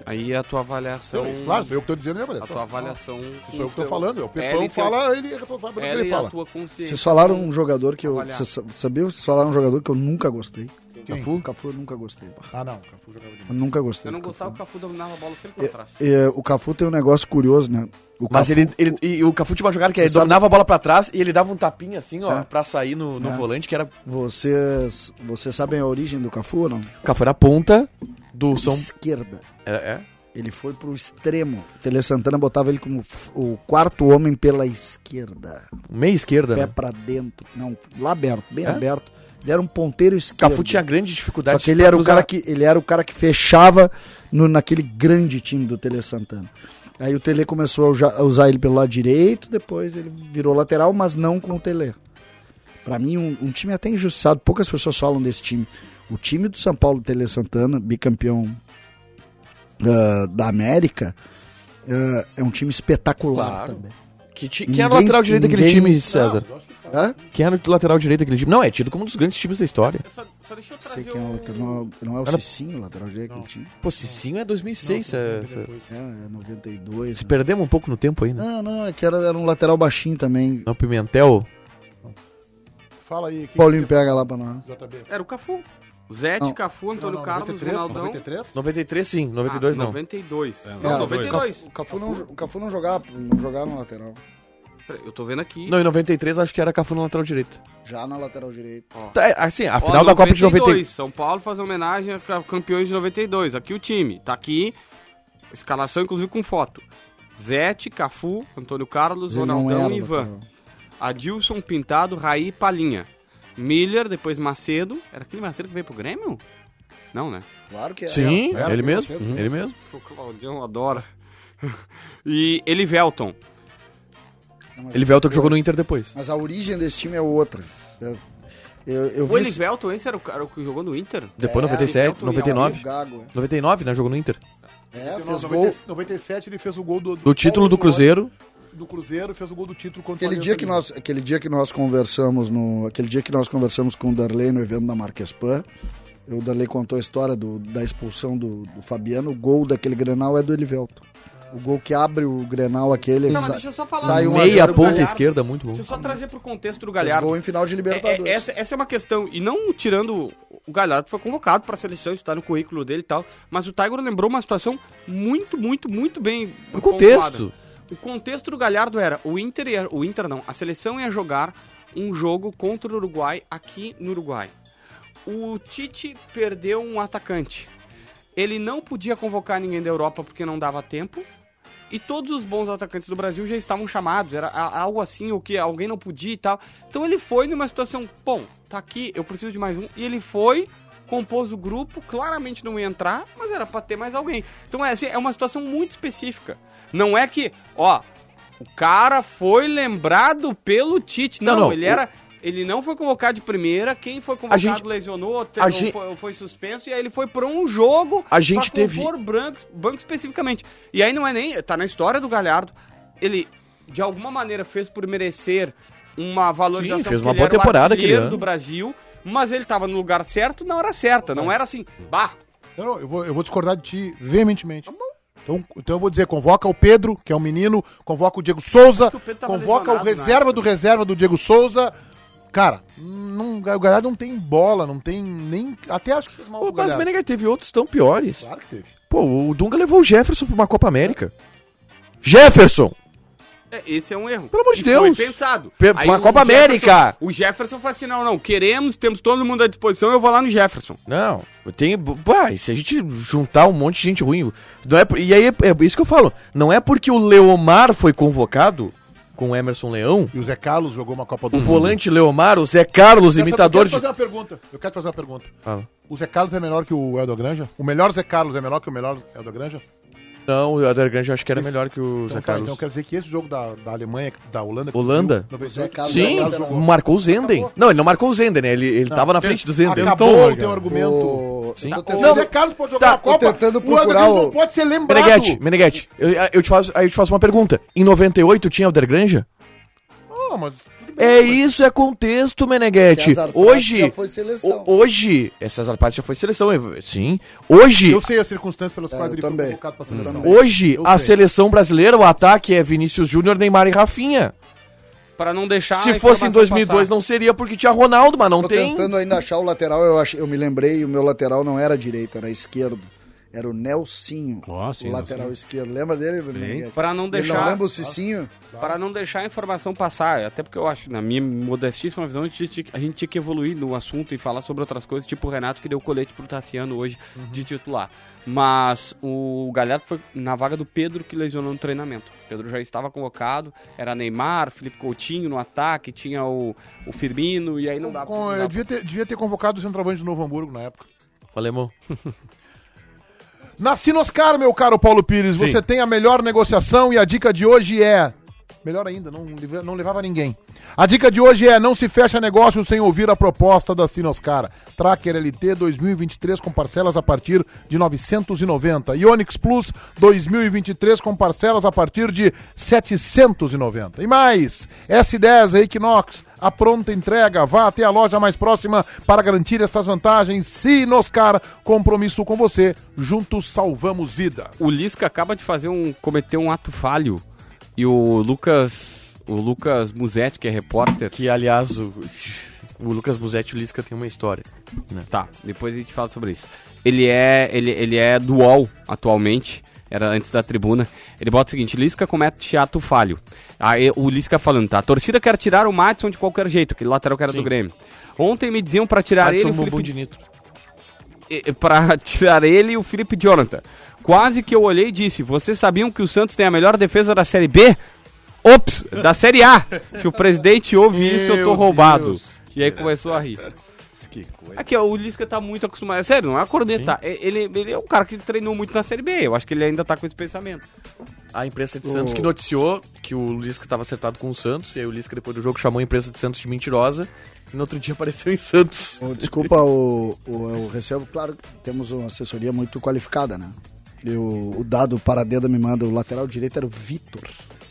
[SPEAKER 3] Aí a tua avaliação.
[SPEAKER 2] Claro, sou eu que tô dizendo, né,
[SPEAKER 3] Então, A
[SPEAKER 2] Vanessa?
[SPEAKER 3] tua avaliação. É,
[SPEAKER 2] Sou eu que
[SPEAKER 3] com
[SPEAKER 2] tô
[SPEAKER 3] teu-
[SPEAKER 2] falando. é O
[SPEAKER 3] ela
[SPEAKER 2] Pepão
[SPEAKER 3] e teu-
[SPEAKER 2] fala, ele responsabilidade do que
[SPEAKER 3] Ela
[SPEAKER 2] ele
[SPEAKER 3] e a
[SPEAKER 2] fala.
[SPEAKER 3] tua consciência.
[SPEAKER 6] Vocês falaram um jogador que eu.
[SPEAKER 3] Avaliar.
[SPEAKER 6] Vocês sabiam? Vocês falaram um jogador que eu nunca gostei. Cafu? Cafu eu nunca gostei.
[SPEAKER 2] Ah, não. Cafu jogava demais.
[SPEAKER 6] Eu nunca gostei.
[SPEAKER 3] Eu não
[SPEAKER 6] do Cafu.
[SPEAKER 3] gostava que o Cafu dominava a bola sempre pra trás.
[SPEAKER 6] É, o Cafu tem um negócio curioso, né? O
[SPEAKER 4] Mas
[SPEAKER 6] Cafu-
[SPEAKER 4] ele, ele- e o Cafu tinha uma jogada que
[SPEAKER 6] Você
[SPEAKER 4] ele
[SPEAKER 6] sabe-
[SPEAKER 4] dominava a bola pra trás e ele dava um tapinha assim, ó,
[SPEAKER 6] É.
[SPEAKER 4] pra sair no, no volante, que era.
[SPEAKER 6] Vocês, vocês sabem a origem do Cafu ou não?
[SPEAKER 4] O Cafu era a ponta do São.
[SPEAKER 6] Esquerda.
[SPEAKER 4] Era, é?
[SPEAKER 6] Ele foi pro extremo. Tele Santana botava ele como f- o quarto homem pela esquerda.
[SPEAKER 4] Meia esquerda,
[SPEAKER 6] Pé
[SPEAKER 4] né?
[SPEAKER 6] pra dentro. Não, lá aberto, bem
[SPEAKER 4] É?
[SPEAKER 6] aberto. Ele era um ponteiro
[SPEAKER 4] O
[SPEAKER 6] esquerdo.
[SPEAKER 4] Cafu tinha grande
[SPEAKER 6] Só
[SPEAKER 4] dificuldade
[SPEAKER 6] que ele era o
[SPEAKER 4] pra
[SPEAKER 6] cara
[SPEAKER 4] cruzar.
[SPEAKER 6] que ele era o cara que fechava no, naquele grande time do Tele Santana. Aí o Tele começou a uja- a usar ele pelo lado direito, depois ele virou lateral, mas não com o Tele. Pra mim, um, um time até injustiçado, poucas pessoas falam desse time. O time do São Paulo Tele Santana, bicampeão ah, da América, ah, é um time espetacular
[SPEAKER 4] Claro.
[SPEAKER 6] também.
[SPEAKER 4] Que ti- Quem era o
[SPEAKER 6] Ninguém-
[SPEAKER 4] lateral direito daquele
[SPEAKER 6] ninguém-
[SPEAKER 4] time, César?
[SPEAKER 6] Hã?
[SPEAKER 4] Quem era o lateral direito daquele time? Não, é tido como um dos grandes times da história.
[SPEAKER 3] Só, deixa eu
[SPEAKER 6] Sei
[SPEAKER 3] trazer
[SPEAKER 6] quem é o lateral, não, é o- não é o
[SPEAKER 4] Era-
[SPEAKER 6] Cicinho, o lateral direito daquele time.
[SPEAKER 4] Pô, Cicinho é 2006, é- é-
[SPEAKER 6] É, é 92.
[SPEAKER 4] se
[SPEAKER 6] né?
[SPEAKER 4] perdemos um pouco no tempo ainda.
[SPEAKER 6] Não, não, é que era, era um lateral baixinho também.
[SPEAKER 4] Não, Pimentel.
[SPEAKER 2] Fala aí. é quem-
[SPEAKER 6] Paulinho pega lá pra nós.
[SPEAKER 2] JB.
[SPEAKER 3] Era o Cafu. Zete,
[SPEAKER 6] Não.
[SPEAKER 3] Cafu, Antônio
[SPEAKER 2] Não, não,
[SPEAKER 3] Carlos,
[SPEAKER 2] 93,
[SPEAKER 3] Ronaldão.
[SPEAKER 2] 93?
[SPEAKER 4] 93 sim, 92
[SPEAKER 3] Ah,
[SPEAKER 4] não.
[SPEAKER 3] 92. Não,
[SPEAKER 6] É,
[SPEAKER 3] 92.
[SPEAKER 6] O Cafu não, o Cafu não jogava, não jogava na lateral.
[SPEAKER 3] Peraí, Eu tô vendo aqui.
[SPEAKER 4] Não, em 93 acho que era Cafu no lateral direito.
[SPEAKER 6] Já na lateral direita.
[SPEAKER 4] Tá, é, assim, a
[SPEAKER 3] Ó,
[SPEAKER 4] final da Copa de 92.
[SPEAKER 3] São Paulo faz homenagem a ca- campeões de 92. Aqui o time. Tá aqui. Escalação, inclusive, com foto. Zete, Cafu, Antônio Carlos,
[SPEAKER 6] Ele não
[SPEAKER 3] Ronaldão
[SPEAKER 6] era
[SPEAKER 3] e Ivan.
[SPEAKER 6] lateral.
[SPEAKER 3] Adilson, Pintado, Raí e Palinha. Miller, depois Macedo. Era aquele Macedo que veio pro Grêmio? Não, né?
[SPEAKER 6] Claro que é.
[SPEAKER 4] Sim,
[SPEAKER 2] Era,
[SPEAKER 4] ele
[SPEAKER 2] era
[SPEAKER 4] mesmo,
[SPEAKER 2] cedo.
[SPEAKER 4] ele mesmo.
[SPEAKER 3] O Claudião adora. e Elivelton.
[SPEAKER 6] Não, mas-
[SPEAKER 4] Ele veio que jogou no Inter depois.
[SPEAKER 6] Mas a origem desse time é outra. Eu, eu, eu
[SPEAKER 3] O
[SPEAKER 6] vi esse-
[SPEAKER 3] Elivelton, esse era o cara que jogou no Inter?
[SPEAKER 6] É,
[SPEAKER 4] Depois 97,
[SPEAKER 3] Elivelton e
[SPEAKER 4] 99.
[SPEAKER 6] o Gago, é.
[SPEAKER 4] 99, né? Jogou no Inter.
[SPEAKER 6] É, fez
[SPEAKER 2] 99,
[SPEAKER 6] gol.
[SPEAKER 2] 97 ele fez o gol do,
[SPEAKER 4] Do título do Cruzeiro.
[SPEAKER 2] Do Cruzeiro, fez o gol do título contra o
[SPEAKER 6] Aquele
[SPEAKER 2] Aliança
[SPEAKER 6] dia, que
[SPEAKER 2] Lima.
[SPEAKER 6] nós, aquele dia que nós conversamos no. Aquele dia que nós conversamos com o Darley no evento da Marquespan, o Darley contou a história do- da expulsão do, do Fabiano. O gol daquele Grenal é do Elivelton. O gol que abre o Grenal aquele.
[SPEAKER 3] Não, mas
[SPEAKER 6] sa-
[SPEAKER 3] deixa eu só falar.
[SPEAKER 6] sai um a
[SPEAKER 4] Meia
[SPEAKER 6] zero,
[SPEAKER 4] ponta
[SPEAKER 3] Galhardo.
[SPEAKER 4] esquerda, muito bom.
[SPEAKER 3] Deixa eu só trazer pro contexto do
[SPEAKER 6] Fez
[SPEAKER 3] Galhardo.
[SPEAKER 6] gol em final de
[SPEAKER 3] É, é,
[SPEAKER 6] Libertadores.
[SPEAKER 3] essa, essa é uma questão, e não tirando o Galhardo, que foi convocado para a seleção, isso tá no currículo dele e tal, mas o Tiger lembrou uma situação muito, muito, muito bem.
[SPEAKER 4] O contexto.
[SPEAKER 3] O contexto do Galhardo era: o Inter, ia, o Inter não, a seleção ia jogar um jogo contra o Uruguai aqui no Uruguai. O Tite perdeu um atacante. Ele não podia convocar ninguém da Europa porque não dava tempo. E todos os bons atacantes do Brasil já estavam chamados. Era a- algo assim, o que alguém não podia e tal. Então ele foi numa situação, bom, tá aqui, eu preciso de mais um. E ele foi, compôs o grupo, claramente não ia entrar, mas era pra ter mais alguém. Então é, assim, é uma situação muito específica. Não é que, ó, o cara foi lembrado pelo Tite. Não,
[SPEAKER 4] Não, não,
[SPEAKER 3] ele
[SPEAKER 4] o-
[SPEAKER 3] era. Ele não foi convocado de primeira, quem foi convocado
[SPEAKER 4] gente-
[SPEAKER 3] lesionou, te-
[SPEAKER 4] a
[SPEAKER 3] não
[SPEAKER 4] gente-
[SPEAKER 3] foi, foi suspenso, e aí ele foi pra um jogo
[SPEAKER 4] A gente
[SPEAKER 3] pra
[SPEAKER 4] teve-
[SPEAKER 3] compor branco, banco especificamente. E aí não é nem. Tá na história do Galhardo. Ele, de alguma maneira, fez por merecer uma valorização.
[SPEAKER 4] Sim, fez
[SPEAKER 3] porque
[SPEAKER 4] uma
[SPEAKER 3] ele
[SPEAKER 4] boa
[SPEAKER 3] era o
[SPEAKER 4] temporada
[SPEAKER 3] artilheiro
[SPEAKER 4] aquele ano.
[SPEAKER 3] do Brasil, mas ele tava no lugar certo na hora certa. Não era assim, bah,
[SPEAKER 2] Não, não, eu vou, eu vou discordar de ti veementemente. Então, então eu vou dizer, convoca o Pedro, que é um menino, convoca o Diego Souza,
[SPEAKER 3] que o Pedro tava
[SPEAKER 2] convoca o
[SPEAKER 3] lesionado na
[SPEAKER 2] reserva
[SPEAKER 3] época. né?
[SPEAKER 2] do reserva do Diego Souza. Cara, não, o Galhardo não tem bola, não tem nem... Até acho que fez mal
[SPEAKER 4] Pô,
[SPEAKER 2] pro
[SPEAKER 4] mas
[SPEAKER 2] Galhardo.
[SPEAKER 4] Menegar teve outros tão piores.
[SPEAKER 2] Claro que teve.
[SPEAKER 4] Pô, o Dunga levou o Jefferson pra uma Copa América.
[SPEAKER 2] É.
[SPEAKER 4] Jefferson!
[SPEAKER 3] É, Esse é um erro.
[SPEAKER 4] Pelo amor de
[SPEAKER 3] E foi
[SPEAKER 4] Deus.
[SPEAKER 3] pensado.
[SPEAKER 4] Pe- uma
[SPEAKER 3] o
[SPEAKER 4] Copa América.
[SPEAKER 3] O Jefferson faz assim, não, não, queremos, temos todo mundo à disposição, eu vou lá no Jefferson.
[SPEAKER 4] Não, eu tenho. Bah, e se a gente juntar um monte de gente ruim. Não é, por- e aí é, é isso que eu falo. Não é porque o Leomar foi convocado com o Emerson Leão.
[SPEAKER 2] E o Zé Carlos jogou uma Copa do
[SPEAKER 4] O volante Leomar, o Zé Carlos,
[SPEAKER 2] Eu quero-
[SPEAKER 4] imitador
[SPEAKER 2] eu quero fazer
[SPEAKER 4] de.
[SPEAKER 2] uma pergunta. Eu quero te fazer uma pergunta.
[SPEAKER 4] Fala.
[SPEAKER 2] O Zé Carlos é melhor que o Eldo Granja? O melhor Zé Carlos é melhor que o melhor Eldo Granja?
[SPEAKER 4] Não, o Adar Grande eu acho que era melhor que o
[SPEAKER 2] Então,
[SPEAKER 4] Zé
[SPEAKER 2] tá,
[SPEAKER 4] Carlos.
[SPEAKER 2] então quer dizer que esse jogo da, da Alemanha, da Holanda...
[SPEAKER 4] Holanda?
[SPEAKER 2] No,
[SPEAKER 6] Zé Carlos
[SPEAKER 4] Sim,
[SPEAKER 6] é o lateral.
[SPEAKER 4] marcou o Zenden. Não, ele não marcou o Zenden, né? Ele, ele tava na frente do Zenden. Então,
[SPEAKER 2] Acabou o
[SPEAKER 7] Tentou,
[SPEAKER 2] teu argumento.
[SPEAKER 6] O-
[SPEAKER 4] Sim.
[SPEAKER 6] eu tô
[SPEAKER 2] O
[SPEAKER 6] tentando-
[SPEAKER 2] Zé Carlos pode jogar
[SPEAKER 4] Tá,
[SPEAKER 2] a Copa.
[SPEAKER 6] tô tentando
[SPEAKER 2] o
[SPEAKER 6] procurar
[SPEAKER 2] Anderson
[SPEAKER 6] o-
[SPEAKER 2] não pode ser lembrado.
[SPEAKER 4] Meneghete, Meneghete, eu, eu te faço, aí eu te faço uma pergunta. Em 98 tinha o Granja?
[SPEAKER 2] Não, mas tudo
[SPEAKER 4] É isso, é contexto, Meneghetti.
[SPEAKER 6] César Paz
[SPEAKER 4] Hoje.
[SPEAKER 6] já foi seleção.
[SPEAKER 4] o- hoje. É, César Paz já foi seleção, eu- sim. Hoje.
[SPEAKER 2] Eu sei as circunstâncias pelas
[SPEAKER 6] É,
[SPEAKER 2] quais
[SPEAKER 6] eu
[SPEAKER 2] ele foi
[SPEAKER 6] também.
[SPEAKER 2] convocado pra seleção.
[SPEAKER 6] também.
[SPEAKER 4] Hoje,
[SPEAKER 2] Eu
[SPEAKER 4] a
[SPEAKER 2] sei.
[SPEAKER 4] seleção brasileira, o ataque é Vinícius Júnior, Neymar e Rafinha.
[SPEAKER 3] Pra não deixar. a
[SPEAKER 4] Se fosse em
[SPEAKER 3] informação
[SPEAKER 4] 2002,
[SPEAKER 3] passar.
[SPEAKER 4] não seria porque tinha Ronaldo, mas não
[SPEAKER 6] Tô
[SPEAKER 4] tem.
[SPEAKER 6] tentando ainda achar o lateral, eu, ach... eu me lembrei, o meu lateral não era direito, era esquerdo. Era o Nelsinho,
[SPEAKER 7] Ó, sim,
[SPEAKER 6] o lateral esquerdo. Lembra dele, Benedetti?
[SPEAKER 3] Pra não
[SPEAKER 6] Ele
[SPEAKER 3] deixar.
[SPEAKER 6] não lembra o Cicinho?
[SPEAKER 3] Para não deixar a informação passar, até porque eu acho, na minha modestíssima visão, a gente, tinha- a gente tinha que evoluir no assunto e falar sobre outras coisas, tipo o Renato que deu colete pro Tassiano hoje de titular. Mas o Galhardo foi na vaga do Pedro que lesionou no treinamento. O Pedro já estava convocado, era Neymar, Felipe Coutinho no ataque, tinha o, o Firmino, e aí não dá
[SPEAKER 2] Com-
[SPEAKER 3] não
[SPEAKER 2] eu
[SPEAKER 3] dá-
[SPEAKER 2] devia, ter, devia ter convocado o centroavante do Novo Hamburgo na época.
[SPEAKER 4] Falei, irmão.
[SPEAKER 2] Na Sinoscar, meu caro Paulo Pires, você tem a melhor negociação e a dica de hoje é. Melhor ainda, não, leva- não levava ninguém. A dica de hoje é: não se fecha negócio sem ouvir a proposta da Sinoscar. Tracker LT 2023 com parcelas a partir de 990. Ionix Plus 2023 com parcelas a partir de 790. E mais: S10 a Equinox, a pronta entrega. Vá até a loja mais próxima para garantir estas vantagens. Sinoscar, compromisso com você. Juntos salvamos vidas.
[SPEAKER 3] O Lisca acaba de fazer um cometer um ato falho e o Lucas, o Lucas Musetti, que é repórter,
[SPEAKER 4] Que, aliás, o, o Lucas Buzetti e o Lisca tem uma história.
[SPEAKER 3] Tá, depois a gente fala sobre isso. Ele é, ele, ele é do UOL atualmente, era antes da tribuna. Ele bota o seguinte: Lisca comete ato falho. Aí o Lisca falando, tá? A torcida quer tirar o Matson de qualquer jeito, aquele lateral que era do Grêmio. Ontem me diziam pra tirar
[SPEAKER 4] Adson
[SPEAKER 3] ele. o
[SPEAKER 4] Bumbum
[SPEAKER 3] Felipe
[SPEAKER 4] de Nitro.
[SPEAKER 3] eh, Pra tirar ele e o Felipe Jonathan. Quase que eu olhei e disse: Vocês sabiam que o Santos tem a melhor defesa da Série B? Ops, da Série A! Se o presidente ouve isso, eu tô roubado. E aí começou a rir. Aqui, ó, o Lisca tá muito acostumado. É sério, não é a corneta. É- Ele, ele é um cara que treinou muito na Série B. Eu acho que ele ainda tá com esse pensamento.
[SPEAKER 4] A imprensa de Santos que noticiou que o Lisca estava acertado com o Santos, e aí o Lisca, depois do jogo, chamou a imprensa de Santos de mentirosa, e no outro dia apareceu em Santos.
[SPEAKER 6] Ô, Desculpa, o, o- eu recebo, claro, que temos uma assessoria muito qualificada, né? E o- o dado Paradeda me manda, o lateral direito era o Vitor.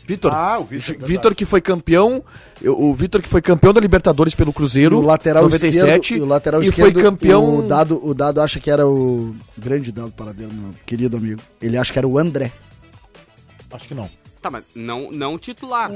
[SPEAKER 4] Vitor.
[SPEAKER 2] Ah, o Vitor,
[SPEAKER 6] é
[SPEAKER 4] Vitor,
[SPEAKER 2] verdade.
[SPEAKER 4] que foi campeão, o Vitor que foi campeão da Libertadores pelo Cruzeiro,
[SPEAKER 6] E o lateral
[SPEAKER 4] 97,
[SPEAKER 6] esquerdo, e o lateral
[SPEAKER 4] e
[SPEAKER 6] esquerdo,
[SPEAKER 4] foi campeão
[SPEAKER 6] o dado, o dado acha que era o grande dado Paradeda, meu querido amigo. Ele acha que era o André.
[SPEAKER 2] Acho que não.
[SPEAKER 3] Tá, mas não, não titular.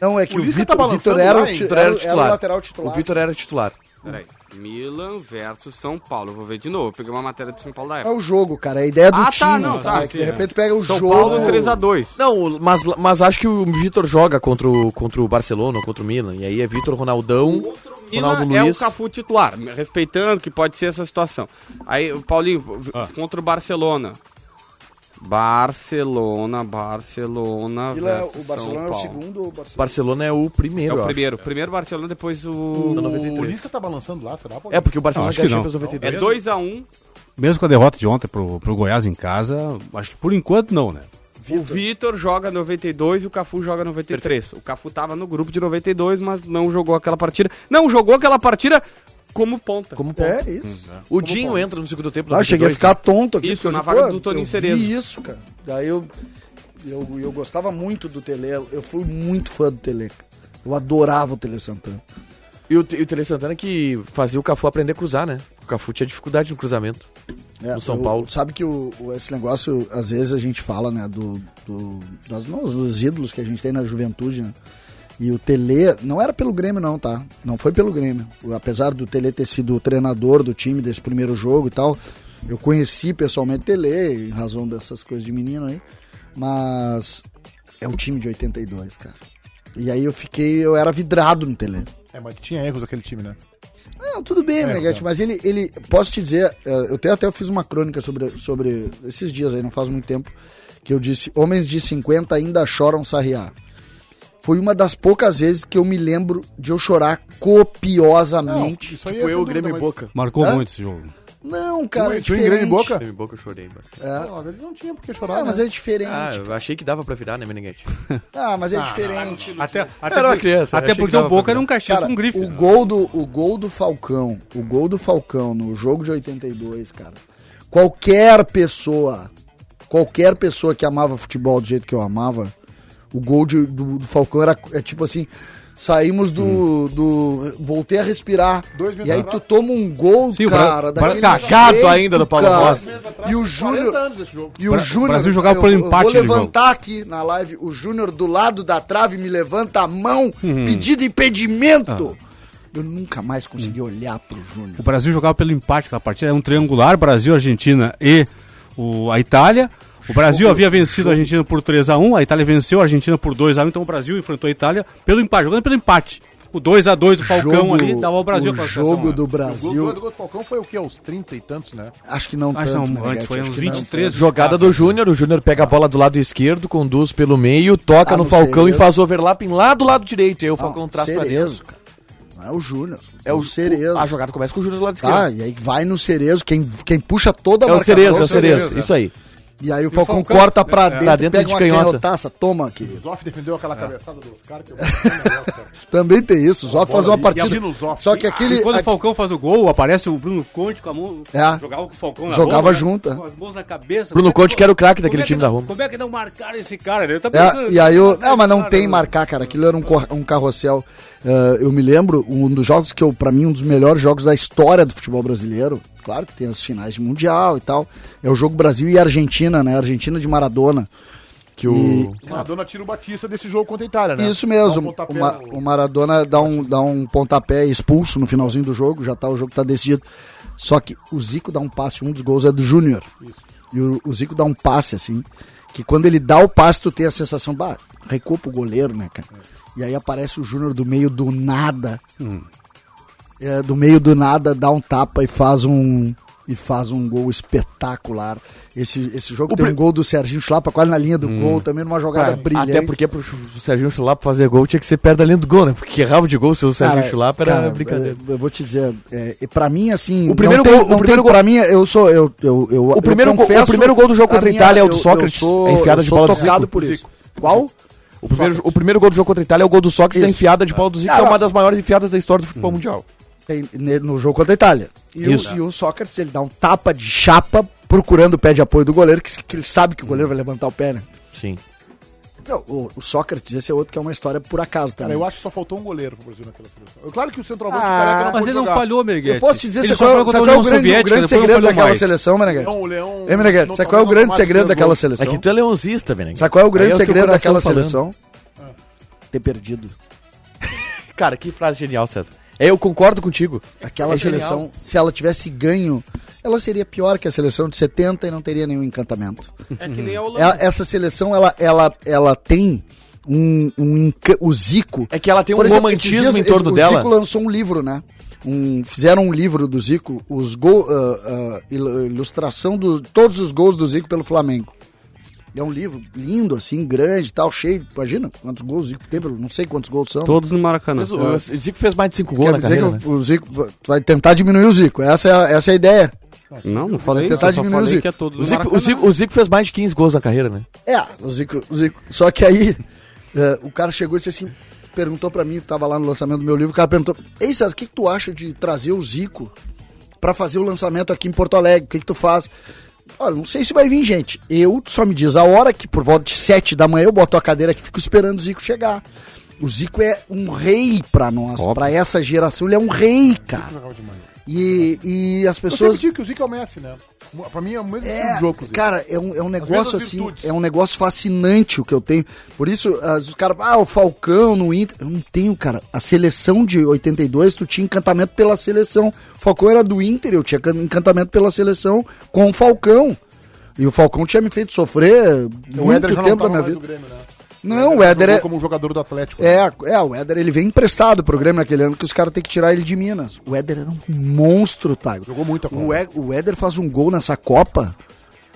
[SPEAKER 6] Não, é que
[SPEAKER 2] O
[SPEAKER 6] o,
[SPEAKER 2] Lisca
[SPEAKER 6] Vitor,
[SPEAKER 2] tá
[SPEAKER 6] o Vitor
[SPEAKER 2] balançando
[SPEAKER 6] era,
[SPEAKER 2] lá,
[SPEAKER 6] o
[SPEAKER 2] hein?
[SPEAKER 6] ti-
[SPEAKER 4] Vitor era,
[SPEAKER 6] era o- era
[SPEAKER 4] o
[SPEAKER 6] o
[SPEAKER 4] titular.
[SPEAKER 6] lateral titular.
[SPEAKER 4] O Vitor era titular.
[SPEAKER 3] Peraí. Milan versus São Paulo. Eu Vou ver de novo. Eu peguei uma matéria do São Paulo da
[SPEAKER 6] É
[SPEAKER 3] época.
[SPEAKER 6] o jogo, cara. É a ideia do
[SPEAKER 3] Ah, tá,
[SPEAKER 6] time.
[SPEAKER 3] não,
[SPEAKER 6] sabe?
[SPEAKER 3] tá,
[SPEAKER 6] Que
[SPEAKER 7] sim,
[SPEAKER 6] de
[SPEAKER 7] é.
[SPEAKER 6] repente pega o
[SPEAKER 3] São
[SPEAKER 6] jogo.
[SPEAKER 3] Paulo 3x2.
[SPEAKER 4] Não, mas, mas acho que o Vitor joga contra o, contra o Barcelona, ou contra o Milan, e aí é Vitor, Ronaldão, Ronaldo
[SPEAKER 3] é o
[SPEAKER 4] Luiz.
[SPEAKER 3] Cafu titular, respeitando que pode ser essa situação. Aí, o Paulinho, v-
[SPEAKER 7] Ah.
[SPEAKER 3] contra o Barcelona. Barcelona, Barcelona.
[SPEAKER 6] Vila,
[SPEAKER 3] versus
[SPEAKER 6] o Barcelona
[SPEAKER 3] São
[SPEAKER 6] é o
[SPEAKER 3] Paulo.
[SPEAKER 6] segundo, o Barcelona.
[SPEAKER 4] Barcelona é o
[SPEAKER 3] É
[SPEAKER 4] primeiro,
[SPEAKER 3] o
[SPEAKER 4] eu acho.
[SPEAKER 3] primeiro. Primeiro Barcelona, depois
[SPEAKER 2] O,
[SPEAKER 3] o.
[SPEAKER 2] o
[SPEAKER 4] 93.
[SPEAKER 2] Lisca tá balançando lá, será?
[SPEAKER 4] É, porque o Barcelona
[SPEAKER 7] Não, acho
[SPEAKER 4] ganha
[SPEAKER 7] que não.
[SPEAKER 4] Champions 93.
[SPEAKER 3] É 2x1. Um,
[SPEAKER 7] Mesmo com a derrota de ontem pro, pro Goiás em casa, acho que por enquanto não, né?
[SPEAKER 6] é
[SPEAKER 3] O Vitor joga 92 e o Cafu joga 93. O Cafu tava no grupo de 92, mas não jogou aquela partida. Não jogou aquela partida como ponta.
[SPEAKER 4] Como ponto.
[SPEAKER 6] É isso.
[SPEAKER 4] O Dinho entra no segundo tempo.
[SPEAKER 6] Ah, eu cheguei a
[SPEAKER 4] 92,
[SPEAKER 6] ficar tonto aqui.
[SPEAKER 3] né? Isso,
[SPEAKER 6] porque
[SPEAKER 3] na
[SPEAKER 6] eu digo,
[SPEAKER 3] vaga
[SPEAKER 6] pô,
[SPEAKER 3] do Toninho
[SPEAKER 6] eu vi
[SPEAKER 3] Cerezo.
[SPEAKER 6] isso, cara. Daí eu, eu, eu gostava muito do Tele. Eu fui muito fã do Tele. cara. Eu adorava o Tele Santana.
[SPEAKER 4] E o, e o Tele Santana que fazia o Cafu aprender a cruzar, né? O Cafu tinha dificuldade no cruzamento.
[SPEAKER 6] É,
[SPEAKER 4] No São
[SPEAKER 6] eu-
[SPEAKER 4] Paulo.
[SPEAKER 6] Sabe que o, o- esse negócio, às vezes a gente fala, né, do, do- das, não, dos ídolos que a gente tem na juventude, né? E o Tele, não era pelo Grêmio não, tá? Não foi pelo Grêmio. O- Apesar do Tele ter sido o treinador do time desse primeiro jogo e tal, eu conheci pessoalmente o Tele, em razão dessas coisas de menino aí. Mas é um time de 82, cara. E aí eu fiquei, eu era vidrado no Tele.
[SPEAKER 2] É, mas tinha erros aquele time, né?
[SPEAKER 6] Não, tudo bem, Meneghetti, mas ele, ele. Posso te dizer, eh, eu até, até fiz uma crônica sobre, sobre esses dias aí, não faz muito tempo, que eu disse: Homens de 50 ainda choram sarriá. Foi uma das poucas vezes que eu me lembro de eu chorar copiosamente.
[SPEAKER 2] isso aí é
[SPEAKER 4] Tipo eu,
[SPEAKER 2] sem
[SPEAKER 4] o Grêmio e
[SPEAKER 2] dúvida,
[SPEAKER 4] Boca.
[SPEAKER 7] Marcou
[SPEAKER 6] Hã?
[SPEAKER 7] muito esse jogo.
[SPEAKER 6] Não, cara, é
[SPEAKER 2] Tinha um grande
[SPEAKER 6] diferente.
[SPEAKER 2] boca?
[SPEAKER 4] Grêmio e Boca eu chorei bastante.
[SPEAKER 6] É.
[SPEAKER 2] Não, ele não tinha porque chorar,
[SPEAKER 6] Ah, mas
[SPEAKER 2] né?
[SPEAKER 6] é diferente.
[SPEAKER 4] Ah, eu achei que dava pra virar, né, Meneghete?
[SPEAKER 6] Ah, mas é diferente.
[SPEAKER 7] Até, até
[SPEAKER 4] Era uma
[SPEAKER 7] por-
[SPEAKER 2] É,
[SPEAKER 4] criança,
[SPEAKER 7] Até
[SPEAKER 4] achei que
[SPEAKER 7] porque
[SPEAKER 4] dava
[SPEAKER 7] o Boca
[SPEAKER 4] pra
[SPEAKER 7] era um caixinha
[SPEAKER 6] Cara,
[SPEAKER 7] com grife.
[SPEAKER 6] o
[SPEAKER 7] né?
[SPEAKER 6] gol do o gol do Falcão, o gol do Falcão no jogo de 82, cara. Qualquer pessoa, qualquer pessoa que amava futebol do jeito que eu amava, o gol de- do, do Falcão era é tipo assim, Saímos do. do- voltei a respirar.
[SPEAKER 2] Dois
[SPEAKER 6] e
[SPEAKER 2] meses
[SPEAKER 6] aí tu
[SPEAKER 2] atrás.
[SPEAKER 6] toma um gol,
[SPEAKER 7] Sim, o Bra-
[SPEAKER 6] cara.
[SPEAKER 7] Bra-
[SPEAKER 6] daquele
[SPEAKER 4] cagado
[SPEAKER 6] jeito,
[SPEAKER 4] ainda do Paulo
[SPEAKER 6] cara.
[SPEAKER 4] Rossi.
[SPEAKER 6] E o Júnior.
[SPEAKER 2] 40 anos desse jogo.
[SPEAKER 6] E
[SPEAKER 7] Bra-
[SPEAKER 6] o Júnior. é,
[SPEAKER 7] Brasil jogava
[SPEAKER 6] eu-
[SPEAKER 7] pelo
[SPEAKER 6] Eu
[SPEAKER 7] empate
[SPEAKER 6] vou
[SPEAKER 7] aquele jogo.
[SPEAKER 6] levantar aqui na live. O Júnior do lado da trave me levanta a mão, pedido impedimento. Eu nunca mais consegui olhar pro Júnior.
[SPEAKER 7] O Brasil jogava pelo empate aquela partida. É um triangular, Brasil, Argentina e o, a Itália. O Brasil havia vencido a Argentina por 3x1, a, Itália venceu a Argentina por 2x1, então o Brasil enfrentou a Itália pelo empate, jogando pelo empate. O 2x2 do Falcão
[SPEAKER 6] Jogo-
[SPEAKER 7] ali dava ao Brasil a
[SPEAKER 6] O
[SPEAKER 7] classificação,
[SPEAKER 6] jogo
[SPEAKER 7] né?
[SPEAKER 6] do
[SPEAKER 2] O gol
[SPEAKER 6] Brasil.
[SPEAKER 2] do gol do Falcão foi o quê? Aos 30 e tantos, né?
[SPEAKER 6] Acho que não
[SPEAKER 7] Acho
[SPEAKER 6] tanto,
[SPEAKER 7] não,
[SPEAKER 6] Meneghetti,
[SPEAKER 7] antes foi
[SPEAKER 6] acho
[SPEAKER 7] uns
[SPEAKER 6] que não. é.
[SPEAKER 7] 23.
[SPEAKER 4] Jogada do Júnior, o Júnior pega a bola do lado esquerdo, conduz pelo meio, toca
[SPEAKER 6] Ah,
[SPEAKER 4] no
[SPEAKER 6] não
[SPEAKER 4] Falcão
[SPEAKER 6] sei,
[SPEAKER 4] e
[SPEAKER 6] eu-
[SPEAKER 4] faz overlapping lá do lado direito. E aí o
[SPEAKER 6] Não,
[SPEAKER 4] Falcão traz um pra dentro.
[SPEAKER 6] Cerezo, cara. Não é o Júnior.
[SPEAKER 4] É o,
[SPEAKER 6] Cerezo.
[SPEAKER 4] A jogada começa com o Júnior do lado esquerdo.
[SPEAKER 6] Tá, e aí vai no Cerezo, quem, quem puxa toda a
[SPEAKER 4] é o
[SPEAKER 6] marcação
[SPEAKER 4] Cerezo, é
[SPEAKER 6] o
[SPEAKER 4] o Cerezo.
[SPEAKER 2] Cerezo,
[SPEAKER 4] Isso aí.
[SPEAKER 6] E aí o Falcão,
[SPEAKER 7] Falcão-
[SPEAKER 6] corta pra dentro,
[SPEAKER 4] pra dentro
[SPEAKER 6] pega
[SPEAKER 4] de
[SPEAKER 6] uma
[SPEAKER 4] canhota.
[SPEAKER 6] canhotaça. Toma, querido.
[SPEAKER 2] Zoff defendeu aquela cabeçada do Oscar. Que eu... Não,
[SPEAKER 6] Também tem isso. Só faz uma
[SPEAKER 2] bola ali.
[SPEAKER 6] partida.
[SPEAKER 2] E o Zoff,
[SPEAKER 6] Só que
[SPEAKER 2] hein?
[SPEAKER 6] aquele...
[SPEAKER 7] E quando o
[SPEAKER 6] a-
[SPEAKER 7] Falcão faz o gol, aparece o Bruno Conte com a mão.
[SPEAKER 6] É.
[SPEAKER 7] Jogava com o Falcão na
[SPEAKER 6] Jogava
[SPEAKER 7] mão, né?
[SPEAKER 6] junto, é.
[SPEAKER 7] Com as mãos na cabeça.
[SPEAKER 4] Bruno
[SPEAKER 7] Como é
[SPEAKER 4] Conte que era o craque
[SPEAKER 7] como
[SPEAKER 4] daquele
[SPEAKER 7] é que
[SPEAKER 4] time
[SPEAKER 7] não-
[SPEAKER 4] da Roma.
[SPEAKER 7] Como é que não marcaram esse cara? Ele tá
[SPEAKER 6] É,
[SPEAKER 7] pensando.
[SPEAKER 6] e aí eu, não, mas não
[SPEAKER 7] Cara,
[SPEAKER 6] tem
[SPEAKER 7] né?
[SPEAKER 6] marcar, cara. Aquilo era um, cor- um carrossel. Eh, eu me lembro, um dos jogos que eu, pra mim, um dos melhores jogos da história do futebol brasileiro. Claro que tem as finais de mundial e tal. É o jogo Brasil e Argentina, né? Argentina de Maradona.
[SPEAKER 4] Que o...
[SPEAKER 6] E-
[SPEAKER 2] Maradona tira o Batista desse jogo contra a Itália, né?
[SPEAKER 6] Isso
[SPEAKER 2] Dá um
[SPEAKER 6] mesmo.
[SPEAKER 2] pontapé
[SPEAKER 6] o, Ma-
[SPEAKER 2] no-
[SPEAKER 6] o Maradona dá um, dá um pontapé expulso no finalzinho do jogo, já tá, o jogo tá decidido. Só que o Zico dá um passe, um dos gols é do Júnior. E o, o Zico dá um passe, assim, que quando ele dá o passe, tu tem a sensação, bah, recua pro goleiro, né, cara? E aí aparece o Júnior do meio do nada.
[SPEAKER 2] Hum.
[SPEAKER 6] É, do meio do nada, dá um tapa e faz um. E faz um gol espetacular. Esse, esse jogo tem um gol do Serginho Chulapa quase na linha do
[SPEAKER 2] Hum.
[SPEAKER 6] gol, também numa jogada
[SPEAKER 4] Cara,
[SPEAKER 6] brilhante.
[SPEAKER 4] Até porque pro Chu- Serginho Chulapa fazer gol tinha que ser perto da linha do gol, né? Porque errava de gol se o Serginho
[SPEAKER 6] Cara,
[SPEAKER 4] Chulapa era
[SPEAKER 6] cara,
[SPEAKER 4] brincadeira.
[SPEAKER 6] Eu, eu vou te dizer, é, e pra mim, assim.
[SPEAKER 4] O primeiro
[SPEAKER 6] não tem,
[SPEAKER 4] gol- o
[SPEAKER 6] não
[SPEAKER 4] primeiro
[SPEAKER 6] tem, pra mim, eu sou. Eu, eu, eu,
[SPEAKER 4] O primeiro
[SPEAKER 6] eu
[SPEAKER 4] gol- o
[SPEAKER 6] confesso
[SPEAKER 4] primeiro gol do jogo
[SPEAKER 6] a
[SPEAKER 4] contra a Itália é o do Sócrates,
[SPEAKER 6] Eu, eu sou,
[SPEAKER 4] a enfiada
[SPEAKER 6] eu
[SPEAKER 4] de
[SPEAKER 6] sou
[SPEAKER 4] bola do
[SPEAKER 6] tocado
[SPEAKER 4] Zico.
[SPEAKER 6] por isso. Qual?
[SPEAKER 4] O primeiro, o primeiro gol do jogo contra a Itália é o gol do Sócrates da
[SPEAKER 6] Isso.
[SPEAKER 4] enfiada de Paulo do Zico, que é
[SPEAKER 6] Cara,
[SPEAKER 4] uma das maiores enfiadas da história do futebol mundial.
[SPEAKER 6] Tem- ne- No jogo contra a Itália. E,
[SPEAKER 4] Isso.
[SPEAKER 6] O, e o Sócrates, ele dá um tapa de chapa procurando o pé de apoio do goleiro, que, que ele sabe que o goleiro vai levantar o pé, né?
[SPEAKER 4] Sim.
[SPEAKER 6] Não, o, o Sócrates, esse é outro que é uma história por acaso tá?
[SPEAKER 2] Cara,
[SPEAKER 6] também.
[SPEAKER 2] eu acho que só faltou um goleiro pro Brasil naquela seleção. É Claro que o centroavante
[SPEAKER 6] Ah,
[SPEAKER 2] careca
[SPEAKER 7] Mas
[SPEAKER 2] pôde
[SPEAKER 7] ele não
[SPEAKER 2] jogar.
[SPEAKER 7] falhou, Merguete.
[SPEAKER 6] Eu posso te dizer,
[SPEAKER 7] Ele
[SPEAKER 6] sabe
[SPEAKER 7] só
[SPEAKER 6] qual,
[SPEAKER 7] jogou
[SPEAKER 6] sabe
[SPEAKER 7] contra
[SPEAKER 6] qual
[SPEAKER 7] a
[SPEAKER 6] é o
[SPEAKER 7] União
[SPEAKER 6] grande, o
[SPEAKER 7] Soviética,
[SPEAKER 6] grande
[SPEAKER 7] depois não
[SPEAKER 6] segredo
[SPEAKER 7] falhou
[SPEAKER 6] daquela
[SPEAKER 7] mais.
[SPEAKER 6] seleção, Meneghete?
[SPEAKER 2] Não, o Leão.
[SPEAKER 6] Ei, Meneghete,
[SPEAKER 2] não tá
[SPEAKER 6] sabe qual é o
[SPEAKER 2] tomou
[SPEAKER 6] grande
[SPEAKER 2] tomate
[SPEAKER 6] segredo
[SPEAKER 2] três
[SPEAKER 6] daquela
[SPEAKER 2] gols.
[SPEAKER 4] É
[SPEAKER 6] seleção?
[SPEAKER 4] que tu é leonzista, Benegão.
[SPEAKER 6] Sabe qual é o grande
[SPEAKER 4] Aí teu
[SPEAKER 6] segredo
[SPEAKER 4] coração
[SPEAKER 6] daquela
[SPEAKER 4] falando.
[SPEAKER 6] seleção?
[SPEAKER 4] Ah.
[SPEAKER 6] Ter perdido.
[SPEAKER 4] Cara, que frase genial, César. É, eu concordo contigo.
[SPEAKER 6] Aquela
[SPEAKER 4] É genial.
[SPEAKER 6] seleção, se ela tivesse ganho, ela seria pior que a seleção de 70 e não teria nenhum encantamento.
[SPEAKER 3] É que nem a Holanda.
[SPEAKER 6] Ela- essa seleção, ela, ela, ela tem um, um enca- o Zico.
[SPEAKER 4] É que ela tem um
[SPEAKER 6] Por exemplo,
[SPEAKER 4] romantismo
[SPEAKER 6] esses dias,
[SPEAKER 4] em torno
[SPEAKER 6] esse-
[SPEAKER 4] dela.
[SPEAKER 6] O Zico lançou um livro, né? Um, fizeram um livro do Zico, os gol, ah, ah, il- ilustração de todos os gols do Zico pelo Flamengo. E É um livro lindo, assim, grande e tal, cheio. Imagina quantos gols o Zico teve, não sei quantos gols são.
[SPEAKER 3] Todos no Maracanã.
[SPEAKER 4] Mas o, o Zico fez mais de 5 gols
[SPEAKER 6] Ah. Quer
[SPEAKER 4] na
[SPEAKER 6] dizer
[SPEAKER 4] carreira,
[SPEAKER 6] que
[SPEAKER 4] né?
[SPEAKER 6] o- o Zico va- tu vai tentar diminuir o Zico. Essa é a, essa é a ideia.
[SPEAKER 3] Não,
[SPEAKER 4] né?
[SPEAKER 3] não falei
[SPEAKER 6] Vai
[SPEAKER 3] isso.
[SPEAKER 6] tentar
[SPEAKER 3] Eu só
[SPEAKER 6] diminuir o
[SPEAKER 3] falei
[SPEAKER 6] Zico.
[SPEAKER 3] que é todos
[SPEAKER 4] O
[SPEAKER 3] no
[SPEAKER 4] Zico,
[SPEAKER 3] Maracanã.
[SPEAKER 4] o Zico- o Zico fez mais de 15 gols na carreira, né?
[SPEAKER 6] É, o Zico, o Zico. Só que aí é, o cara chegou e disse assim, perguntou pra mim, tava lá no lançamento do meu livro, o cara perguntou: "Ei, César, o que, que tu acha de trazer o Zico pra fazer o lançamento aqui em Porto Alegre? O que que tu faz?" Olha, não sei se vai vir gente. Eu tu só me diz a hora que por volta de 7 da manhã eu boto a cadeira que fico esperando o Zico chegar. O Zico é um rei pra nós, pra essa geração, ele é um rei, cara. E, e
[SPEAKER 2] Eu
[SPEAKER 6] as
[SPEAKER 2] sempre
[SPEAKER 6] pessoas
[SPEAKER 2] digo que o Zico é o Messi, né? Pra mim é o mesmo tipo
[SPEAKER 6] é,
[SPEAKER 2] de jogo. que o Zico.
[SPEAKER 6] cara, é um, é um negócio
[SPEAKER 2] mesmas
[SPEAKER 6] assim,
[SPEAKER 2] virtudes.
[SPEAKER 6] é um negócio fascinante o que eu tenho. Por isso, as- os caras, ah, o Falcão no Inter. Eu não tenho, cara. A seleção de 82, tu tinha encantamento pela seleção. O Falcão era do Inter, eu tinha can- encantamento pela seleção com o Falcão. E o Falcão tinha me feito sofrer
[SPEAKER 2] o Éder
[SPEAKER 6] muito
[SPEAKER 2] já não
[SPEAKER 6] tempo
[SPEAKER 2] tava
[SPEAKER 6] da minha
[SPEAKER 2] mais
[SPEAKER 6] vida.
[SPEAKER 2] do Grêmio, né?
[SPEAKER 6] Não, o Éder
[SPEAKER 2] Jogou
[SPEAKER 6] é,
[SPEAKER 2] como um jogador do Atlético. né?
[SPEAKER 6] é, é, o Éder ele vem emprestado pro Grêmio naquele ano que os caras têm que tirar ele de Minas. O Éder era um monstro, Tago.
[SPEAKER 2] Jogou muito a Copa.
[SPEAKER 6] O, é, o Éder faz um gol nessa Copa.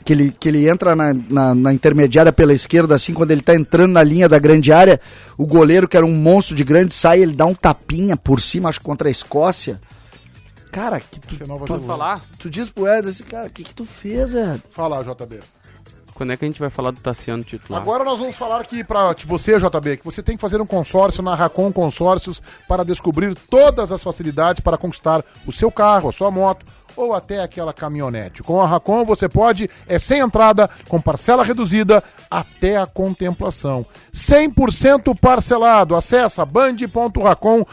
[SPEAKER 6] Que ele, que ele entra na, na, na intermediária pela esquerda, assim, quando ele tá entrando na linha da grande área, o goleiro, que era um monstro de grande, sai, ele dá um tapinha por cima, acho que contra a Escócia. Cara, que tu,
[SPEAKER 2] Que é Nova
[SPEAKER 6] tu,
[SPEAKER 2] Zelândia.
[SPEAKER 3] falar?
[SPEAKER 6] tu diz pro Éder assim, cara, o que, que tu fez, Éder?
[SPEAKER 2] Fala, JB.
[SPEAKER 3] Quando é que a gente vai falar do Tassiano titular?
[SPEAKER 2] Agora nós vamos falar aqui pra t- você, JB, que você tem que fazer um consórcio na Racon Consórcios para descobrir todas as facilidades para conquistar o seu carro, a sua moto ou até aquela caminhonete. Com a Racon você pode, é sem entrada, com parcela reduzida, até a contemplação. 100% parcelado. Acesse band.racon.com.br,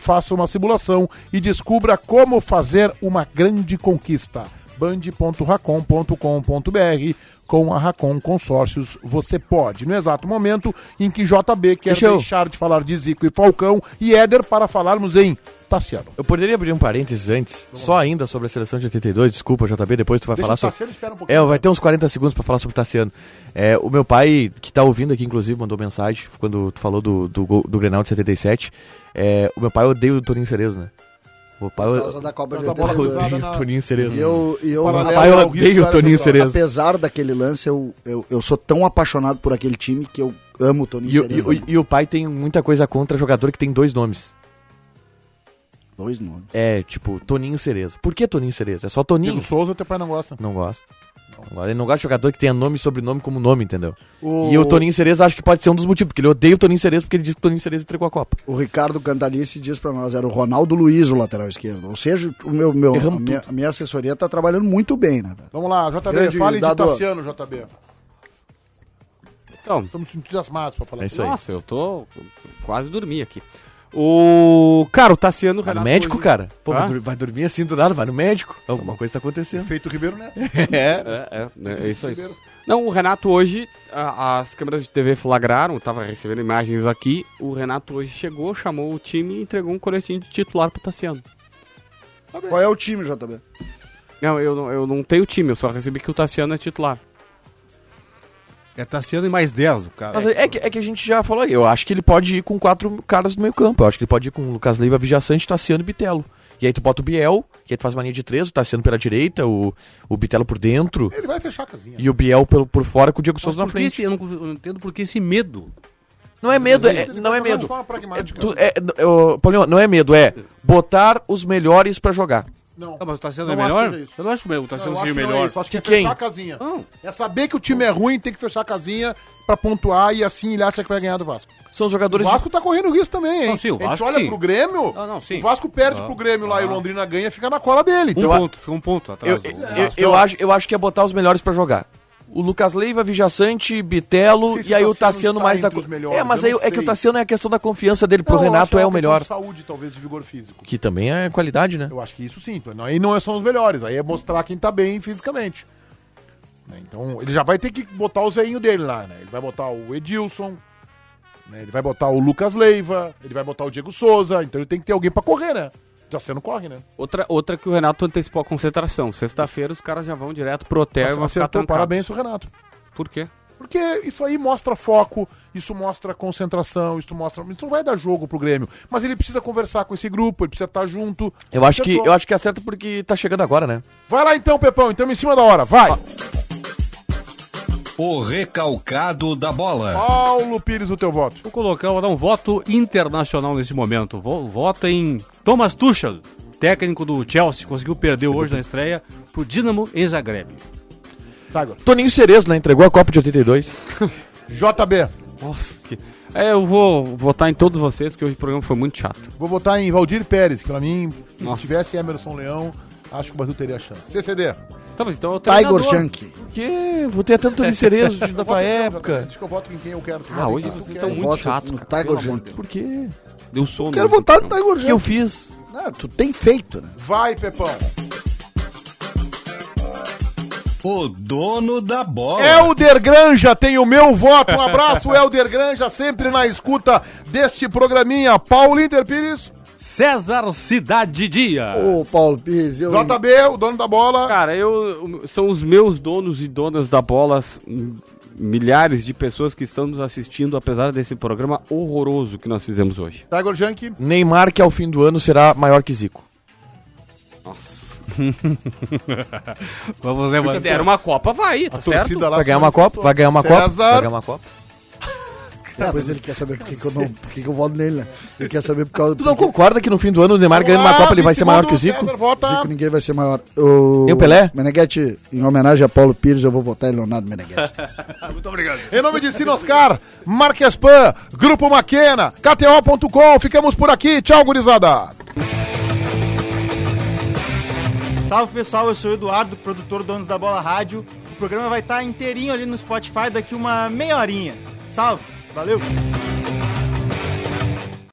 [SPEAKER 2] faça uma simulação e descubra como fazer uma grande conquista band.racon.com.br com a Racon Consórcios você pode. No exato momento em que JB quer
[SPEAKER 4] Deixa eu-
[SPEAKER 2] deixar de falar de Zico e Falcão e Éder para falarmos em Tassiano.
[SPEAKER 4] Eu poderia abrir um parênteses antes, só ainda sobre a seleção de 82, desculpa, JB, depois tu vai
[SPEAKER 2] Deixa
[SPEAKER 4] falar
[SPEAKER 2] o
[SPEAKER 4] sobre.
[SPEAKER 2] Tassiano esperar um pouquinho.
[SPEAKER 4] É, vai ter uns 40 segundos pra falar sobre o Tassiano. É, o meu pai, que tá ouvindo aqui, inclusive, mandou mensagem quando tu falou do, do, gol- do Grenal de 77. É, o meu pai odeia o Toninho Cerezo, né? O pai
[SPEAKER 6] Por
[SPEAKER 4] o-
[SPEAKER 6] causa da Copa de
[SPEAKER 2] da bola
[SPEAKER 6] 82.
[SPEAKER 2] cruzada.
[SPEAKER 4] odeia o Toninho Cerezo.
[SPEAKER 6] E eu, e eu
[SPEAKER 2] Paralelo
[SPEAKER 4] Rapaz, eu
[SPEAKER 2] ao Guido
[SPEAKER 4] odeio o
[SPEAKER 2] Carlos
[SPEAKER 4] Toninho
[SPEAKER 2] Brown.
[SPEAKER 4] Cerezo.
[SPEAKER 6] apesar daquele lance, eu, eu, eu sou tão apaixonado por aquele time que eu amo o Toninho
[SPEAKER 4] E, o-
[SPEAKER 6] Cerezo.
[SPEAKER 4] e o- e o pai tem muita coisa contra jogador que tem dois nomes.
[SPEAKER 6] Dois nomes.
[SPEAKER 4] É, tipo, Toninho Cerezo. Por que Toninho Cerezo? É só Toninho?
[SPEAKER 2] Diego Souza, teu pai não gosta.
[SPEAKER 4] Não gosta. Não gosta. Ele não gosta de jogador que tenha nome e sobrenome como nome, entendeu?
[SPEAKER 6] O,
[SPEAKER 4] E o Toninho Cerezo acho que pode ser um dos motivos, porque ele odeia o Toninho Cerezo porque ele diz que o Toninho Cerezo entregou a Copa.
[SPEAKER 6] o Ricardo Cantalice diz pra nós, era o Ronaldo Luiz o lateral esquerdo. Ou seja, o meu, meu,
[SPEAKER 4] Erramos
[SPEAKER 6] a, minha, a minha assessoria tá trabalhando muito bem, né? velho?
[SPEAKER 2] Vamos lá, JB,
[SPEAKER 6] Grande
[SPEAKER 2] fale de
[SPEAKER 6] dador.
[SPEAKER 2] Tassiano, JB.
[SPEAKER 3] Então,
[SPEAKER 2] Estamos entusiasmados para falar.
[SPEAKER 4] É isso aí.
[SPEAKER 3] nossa, eu tô eu quase dormi aqui. O cara, o Tassiano
[SPEAKER 4] Vai no
[SPEAKER 3] Renato
[SPEAKER 4] médico,
[SPEAKER 3] hoje-
[SPEAKER 4] cara. Pô,
[SPEAKER 3] Hã?
[SPEAKER 4] vai, dur- vai dormir assim do nada, vai no médico. Alguma coisa tá acontecendo.
[SPEAKER 2] Feito Ribeiro né? Neto.
[SPEAKER 3] É, é, é, é isso aí. Não, o Renato hoje, a- as câmeras de TV flagraram, tava recebendo imagens aqui. O Renato hoje chegou, chamou o time e entregou um coletinho de titular pro Tassiano.
[SPEAKER 6] Qual é o time, JB?
[SPEAKER 3] Não, eu, não- eu não tenho time, eu só recebi que o Tassiano é titular.
[SPEAKER 7] É Tassiano e mais 10 do cara.
[SPEAKER 4] Mas é, que, é que a gente já falou aí, eu acho que ele pode ir com quatro caras do meio campo. Eu acho que ele pode ir com o Lucas Leiva, Vijaçante, Tassiano e Bitelo. E aí tu bota o Biel, e aí tu faz uma linha de três, o Tassiano pela direita, o, o Bitelo por dentro,
[SPEAKER 2] Ele vai fechar a casinha.
[SPEAKER 4] e o Biel pelo, por fora com o Diego
[SPEAKER 7] Mas
[SPEAKER 4] Souza na
[SPEAKER 7] por que
[SPEAKER 4] frente.
[SPEAKER 7] esse- eu, não, eu não entendo por que esse medo.
[SPEAKER 4] Não é medo, é-
[SPEAKER 2] Ele
[SPEAKER 4] não
[SPEAKER 2] vai jogar
[SPEAKER 4] é
[SPEAKER 2] de
[SPEAKER 4] medo.
[SPEAKER 2] forma
[SPEAKER 4] É,
[SPEAKER 2] pragmática.
[SPEAKER 4] tu- é, n- ô, Paulinho, não é medo, é botar os melhores pra jogar.
[SPEAKER 2] Não.
[SPEAKER 7] Ah, mas o Tassiano
[SPEAKER 2] Não
[SPEAKER 7] é
[SPEAKER 2] acho
[SPEAKER 7] melhor?
[SPEAKER 2] que seja isso.
[SPEAKER 7] Eu não acho que o Tassiano
[SPEAKER 2] eu
[SPEAKER 7] seja
[SPEAKER 2] acho
[SPEAKER 7] o
[SPEAKER 2] que não
[SPEAKER 7] melhor.
[SPEAKER 2] é isso, acho que é
[SPEAKER 4] Que quem? Hum.
[SPEAKER 2] fechar a casinha.
[SPEAKER 7] Não.
[SPEAKER 2] É saber que o time é ruim, tem que fechar a casinha pra pontuar e assim ele acha que vai ganhar do Vasco.
[SPEAKER 4] São
[SPEAKER 2] O
[SPEAKER 4] jogadores de
[SPEAKER 2] Vasco tá correndo risco também, hein?
[SPEAKER 7] Não, sim, o
[SPEAKER 2] a gente
[SPEAKER 7] Vasco,
[SPEAKER 2] olha
[SPEAKER 7] sim.
[SPEAKER 2] pro Grêmio,
[SPEAKER 7] Ah, não, sim.
[SPEAKER 2] o Vasco perde pro Grêmio lá e o Londrina ganha, fica na cola dele. Então,
[SPEAKER 7] Um
[SPEAKER 4] Eu a-
[SPEAKER 7] ponto, fica um ponto
[SPEAKER 4] Eu,
[SPEAKER 7] atrás. do-
[SPEAKER 4] eu,
[SPEAKER 7] do
[SPEAKER 4] eu,
[SPEAKER 7] Vasco.
[SPEAKER 4] eu acho, eu acho que é botar os melhores pra jogar. O Lucas Leiva, Vijaçante, Bitelo
[SPEAKER 2] Sei se
[SPEAKER 4] e aí
[SPEAKER 2] o
[SPEAKER 4] o
[SPEAKER 2] Tassiano
[SPEAKER 4] Tassiano
[SPEAKER 2] está
[SPEAKER 4] mais da.
[SPEAKER 2] entre
[SPEAKER 4] co-
[SPEAKER 2] os melhores,
[SPEAKER 4] é, mas
[SPEAKER 2] eu
[SPEAKER 4] aí
[SPEAKER 2] não
[SPEAKER 4] é que
[SPEAKER 2] sei.
[SPEAKER 4] o Tassiano é a questão da confiança dele pro
[SPEAKER 2] Não, eu acho que
[SPEAKER 4] Renato é
[SPEAKER 2] uma
[SPEAKER 4] o
[SPEAKER 2] questão
[SPEAKER 4] melhor.
[SPEAKER 2] de saúde, talvez, de vigor físico.
[SPEAKER 4] Que também é qualidade, né?
[SPEAKER 2] Eu acho que isso sim. então, Aí não são os melhores, aí é mostrar quem tá bem fisicamente. Né, Então, ele já vai ter que botar o veinhos dele lá, né? Ele vai botar o Edilson, né, ele vai botar o Lucas Leiva, ele vai botar o Diego Souza, então ele tem que ter alguém pra correr, né? Já você não corre, né?
[SPEAKER 3] Outra, outra que o Renato antecipou a concentração. Sexta-feira os caras já vão direto pro hotel e vão É, ficar
[SPEAKER 2] Tá Acertou,
[SPEAKER 3] trancados.
[SPEAKER 2] parabéns pro Renato.
[SPEAKER 3] Por quê?
[SPEAKER 2] Porque isso aí mostra foco, isso mostra concentração, isso mostra. Isso não vai dar jogo pro Grêmio. Mas ele precisa conversar com esse grupo, ele precisa estar junto.
[SPEAKER 4] Eu acho que,
[SPEAKER 2] Acertou.
[SPEAKER 4] eu acho que acerta porque tá chegando agora, né?
[SPEAKER 2] Vai lá então, Pepão, então em cima da hora, vai!
[SPEAKER 1] O recalcado da bola.
[SPEAKER 2] Paulo Pires, o teu voto.
[SPEAKER 7] Vou colocar, vou dar um voto internacional nesse momento. Vo- Vota em Thomas Tuchel, técnico do Chelsea, conseguiu perder hoje na estreia pro Dinamo em Zagreb.
[SPEAKER 2] Tá, agora.
[SPEAKER 4] Toninho Cerezo, né? Entregou a Copa de 82.
[SPEAKER 2] JB,
[SPEAKER 3] Nossa, que... É, eu vou votar em todos vocês, que hoje o programa foi muito chato.
[SPEAKER 2] vou votar em Valdir Pérez, que pra mim,
[SPEAKER 3] Nossa.
[SPEAKER 2] se tivesse Emerson Leão, acho que o Brasil teria chance. CCD.
[SPEAKER 3] Tá, mas então eu
[SPEAKER 6] Tiger Shank.
[SPEAKER 4] Porque vou ter tanto Toninho Cerezo de- da tua época.
[SPEAKER 2] Acho então, que Então, eu voto em quem eu quero.
[SPEAKER 3] Ah, hoje vocês
[SPEAKER 4] É um
[SPEAKER 3] estão
[SPEAKER 6] Eu
[SPEAKER 3] muito
[SPEAKER 6] voto
[SPEAKER 3] chato,
[SPEAKER 6] no
[SPEAKER 3] cara,
[SPEAKER 6] Tiger
[SPEAKER 3] pelo
[SPEAKER 6] Shank.
[SPEAKER 4] Por quê?
[SPEAKER 3] Deu sono.
[SPEAKER 6] Quero
[SPEAKER 3] hoje no
[SPEAKER 6] votar no
[SPEAKER 3] programa.
[SPEAKER 6] Tiger
[SPEAKER 4] O que eu
[SPEAKER 6] Shank.
[SPEAKER 4] fiz?
[SPEAKER 6] Ah, tu tem feito, né?
[SPEAKER 2] Vai, Pepão.
[SPEAKER 1] O dono da bola.
[SPEAKER 2] Helder Granja tem o meu voto. Um abraço, Helder Granja, sempre na escuta deste programinha. Paulo Inter Pires,
[SPEAKER 7] César Cidade Dias.
[SPEAKER 6] Ô, Paulo Pires, eu...
[SPEAKER 2] JB, o dono da bola.
[SPEAKER 3] Cara, eu, são os meus donos e donas da bola, as m- milhares de pessoas que estão nos assistindo, apesar desse programa horroroso que nós fizemos hoje.
[SPEAKER 2] Tiger Junk.
[SPEAKER 4] Neymar, que ao fim do ano será maior que Zico.
[SPEAKER 7] Vamos levantar.
[SPEAKER 3] Era uma Copa, vai, tá certo?
[SPEAKER 2] lá
[SPEAKER 4] Vai ganhar uma Copa? Vai ganhar uma Copa?
[SPEAKER 2] César.
[SPEAKER 4] Vai ganhar uma Copa?
[SPEAKER 6] Depois ele quer saber por que, que eu não... Por que, que eu voto nele, né? Ele quer saber por causa...
[SPEAKER 4] Tu não
[SPEAKER 6] porque
[SPEAKER 4] concorda que no fim do ano o Neymar ganhando uma Copa ele vai ser maior que o Zico?
[SPEAKER 2] César, vota.
[SPEAKER 6] Zico ninguém vai ser maior. O...
[SPEAKER 4] E o Pelé?
[SPEAKER 6] Meneghete, em homenagem a Paulo Pires, eu vou votar em Leonardo Meneghete.
[SPEAKER 2] Em nome de Sinoscar, Marquespan, Grupo Maquena, KTO.com. Ficamos por aqui. Tchau, gurizada.
[SPEAKER 10] Salve pessoal, eu sou o Eduardo, produtor do Donos da Bola Rádio. O programa vai estar inteirinho ali no Spotify daqui uma meia horinha. Salve, valeu!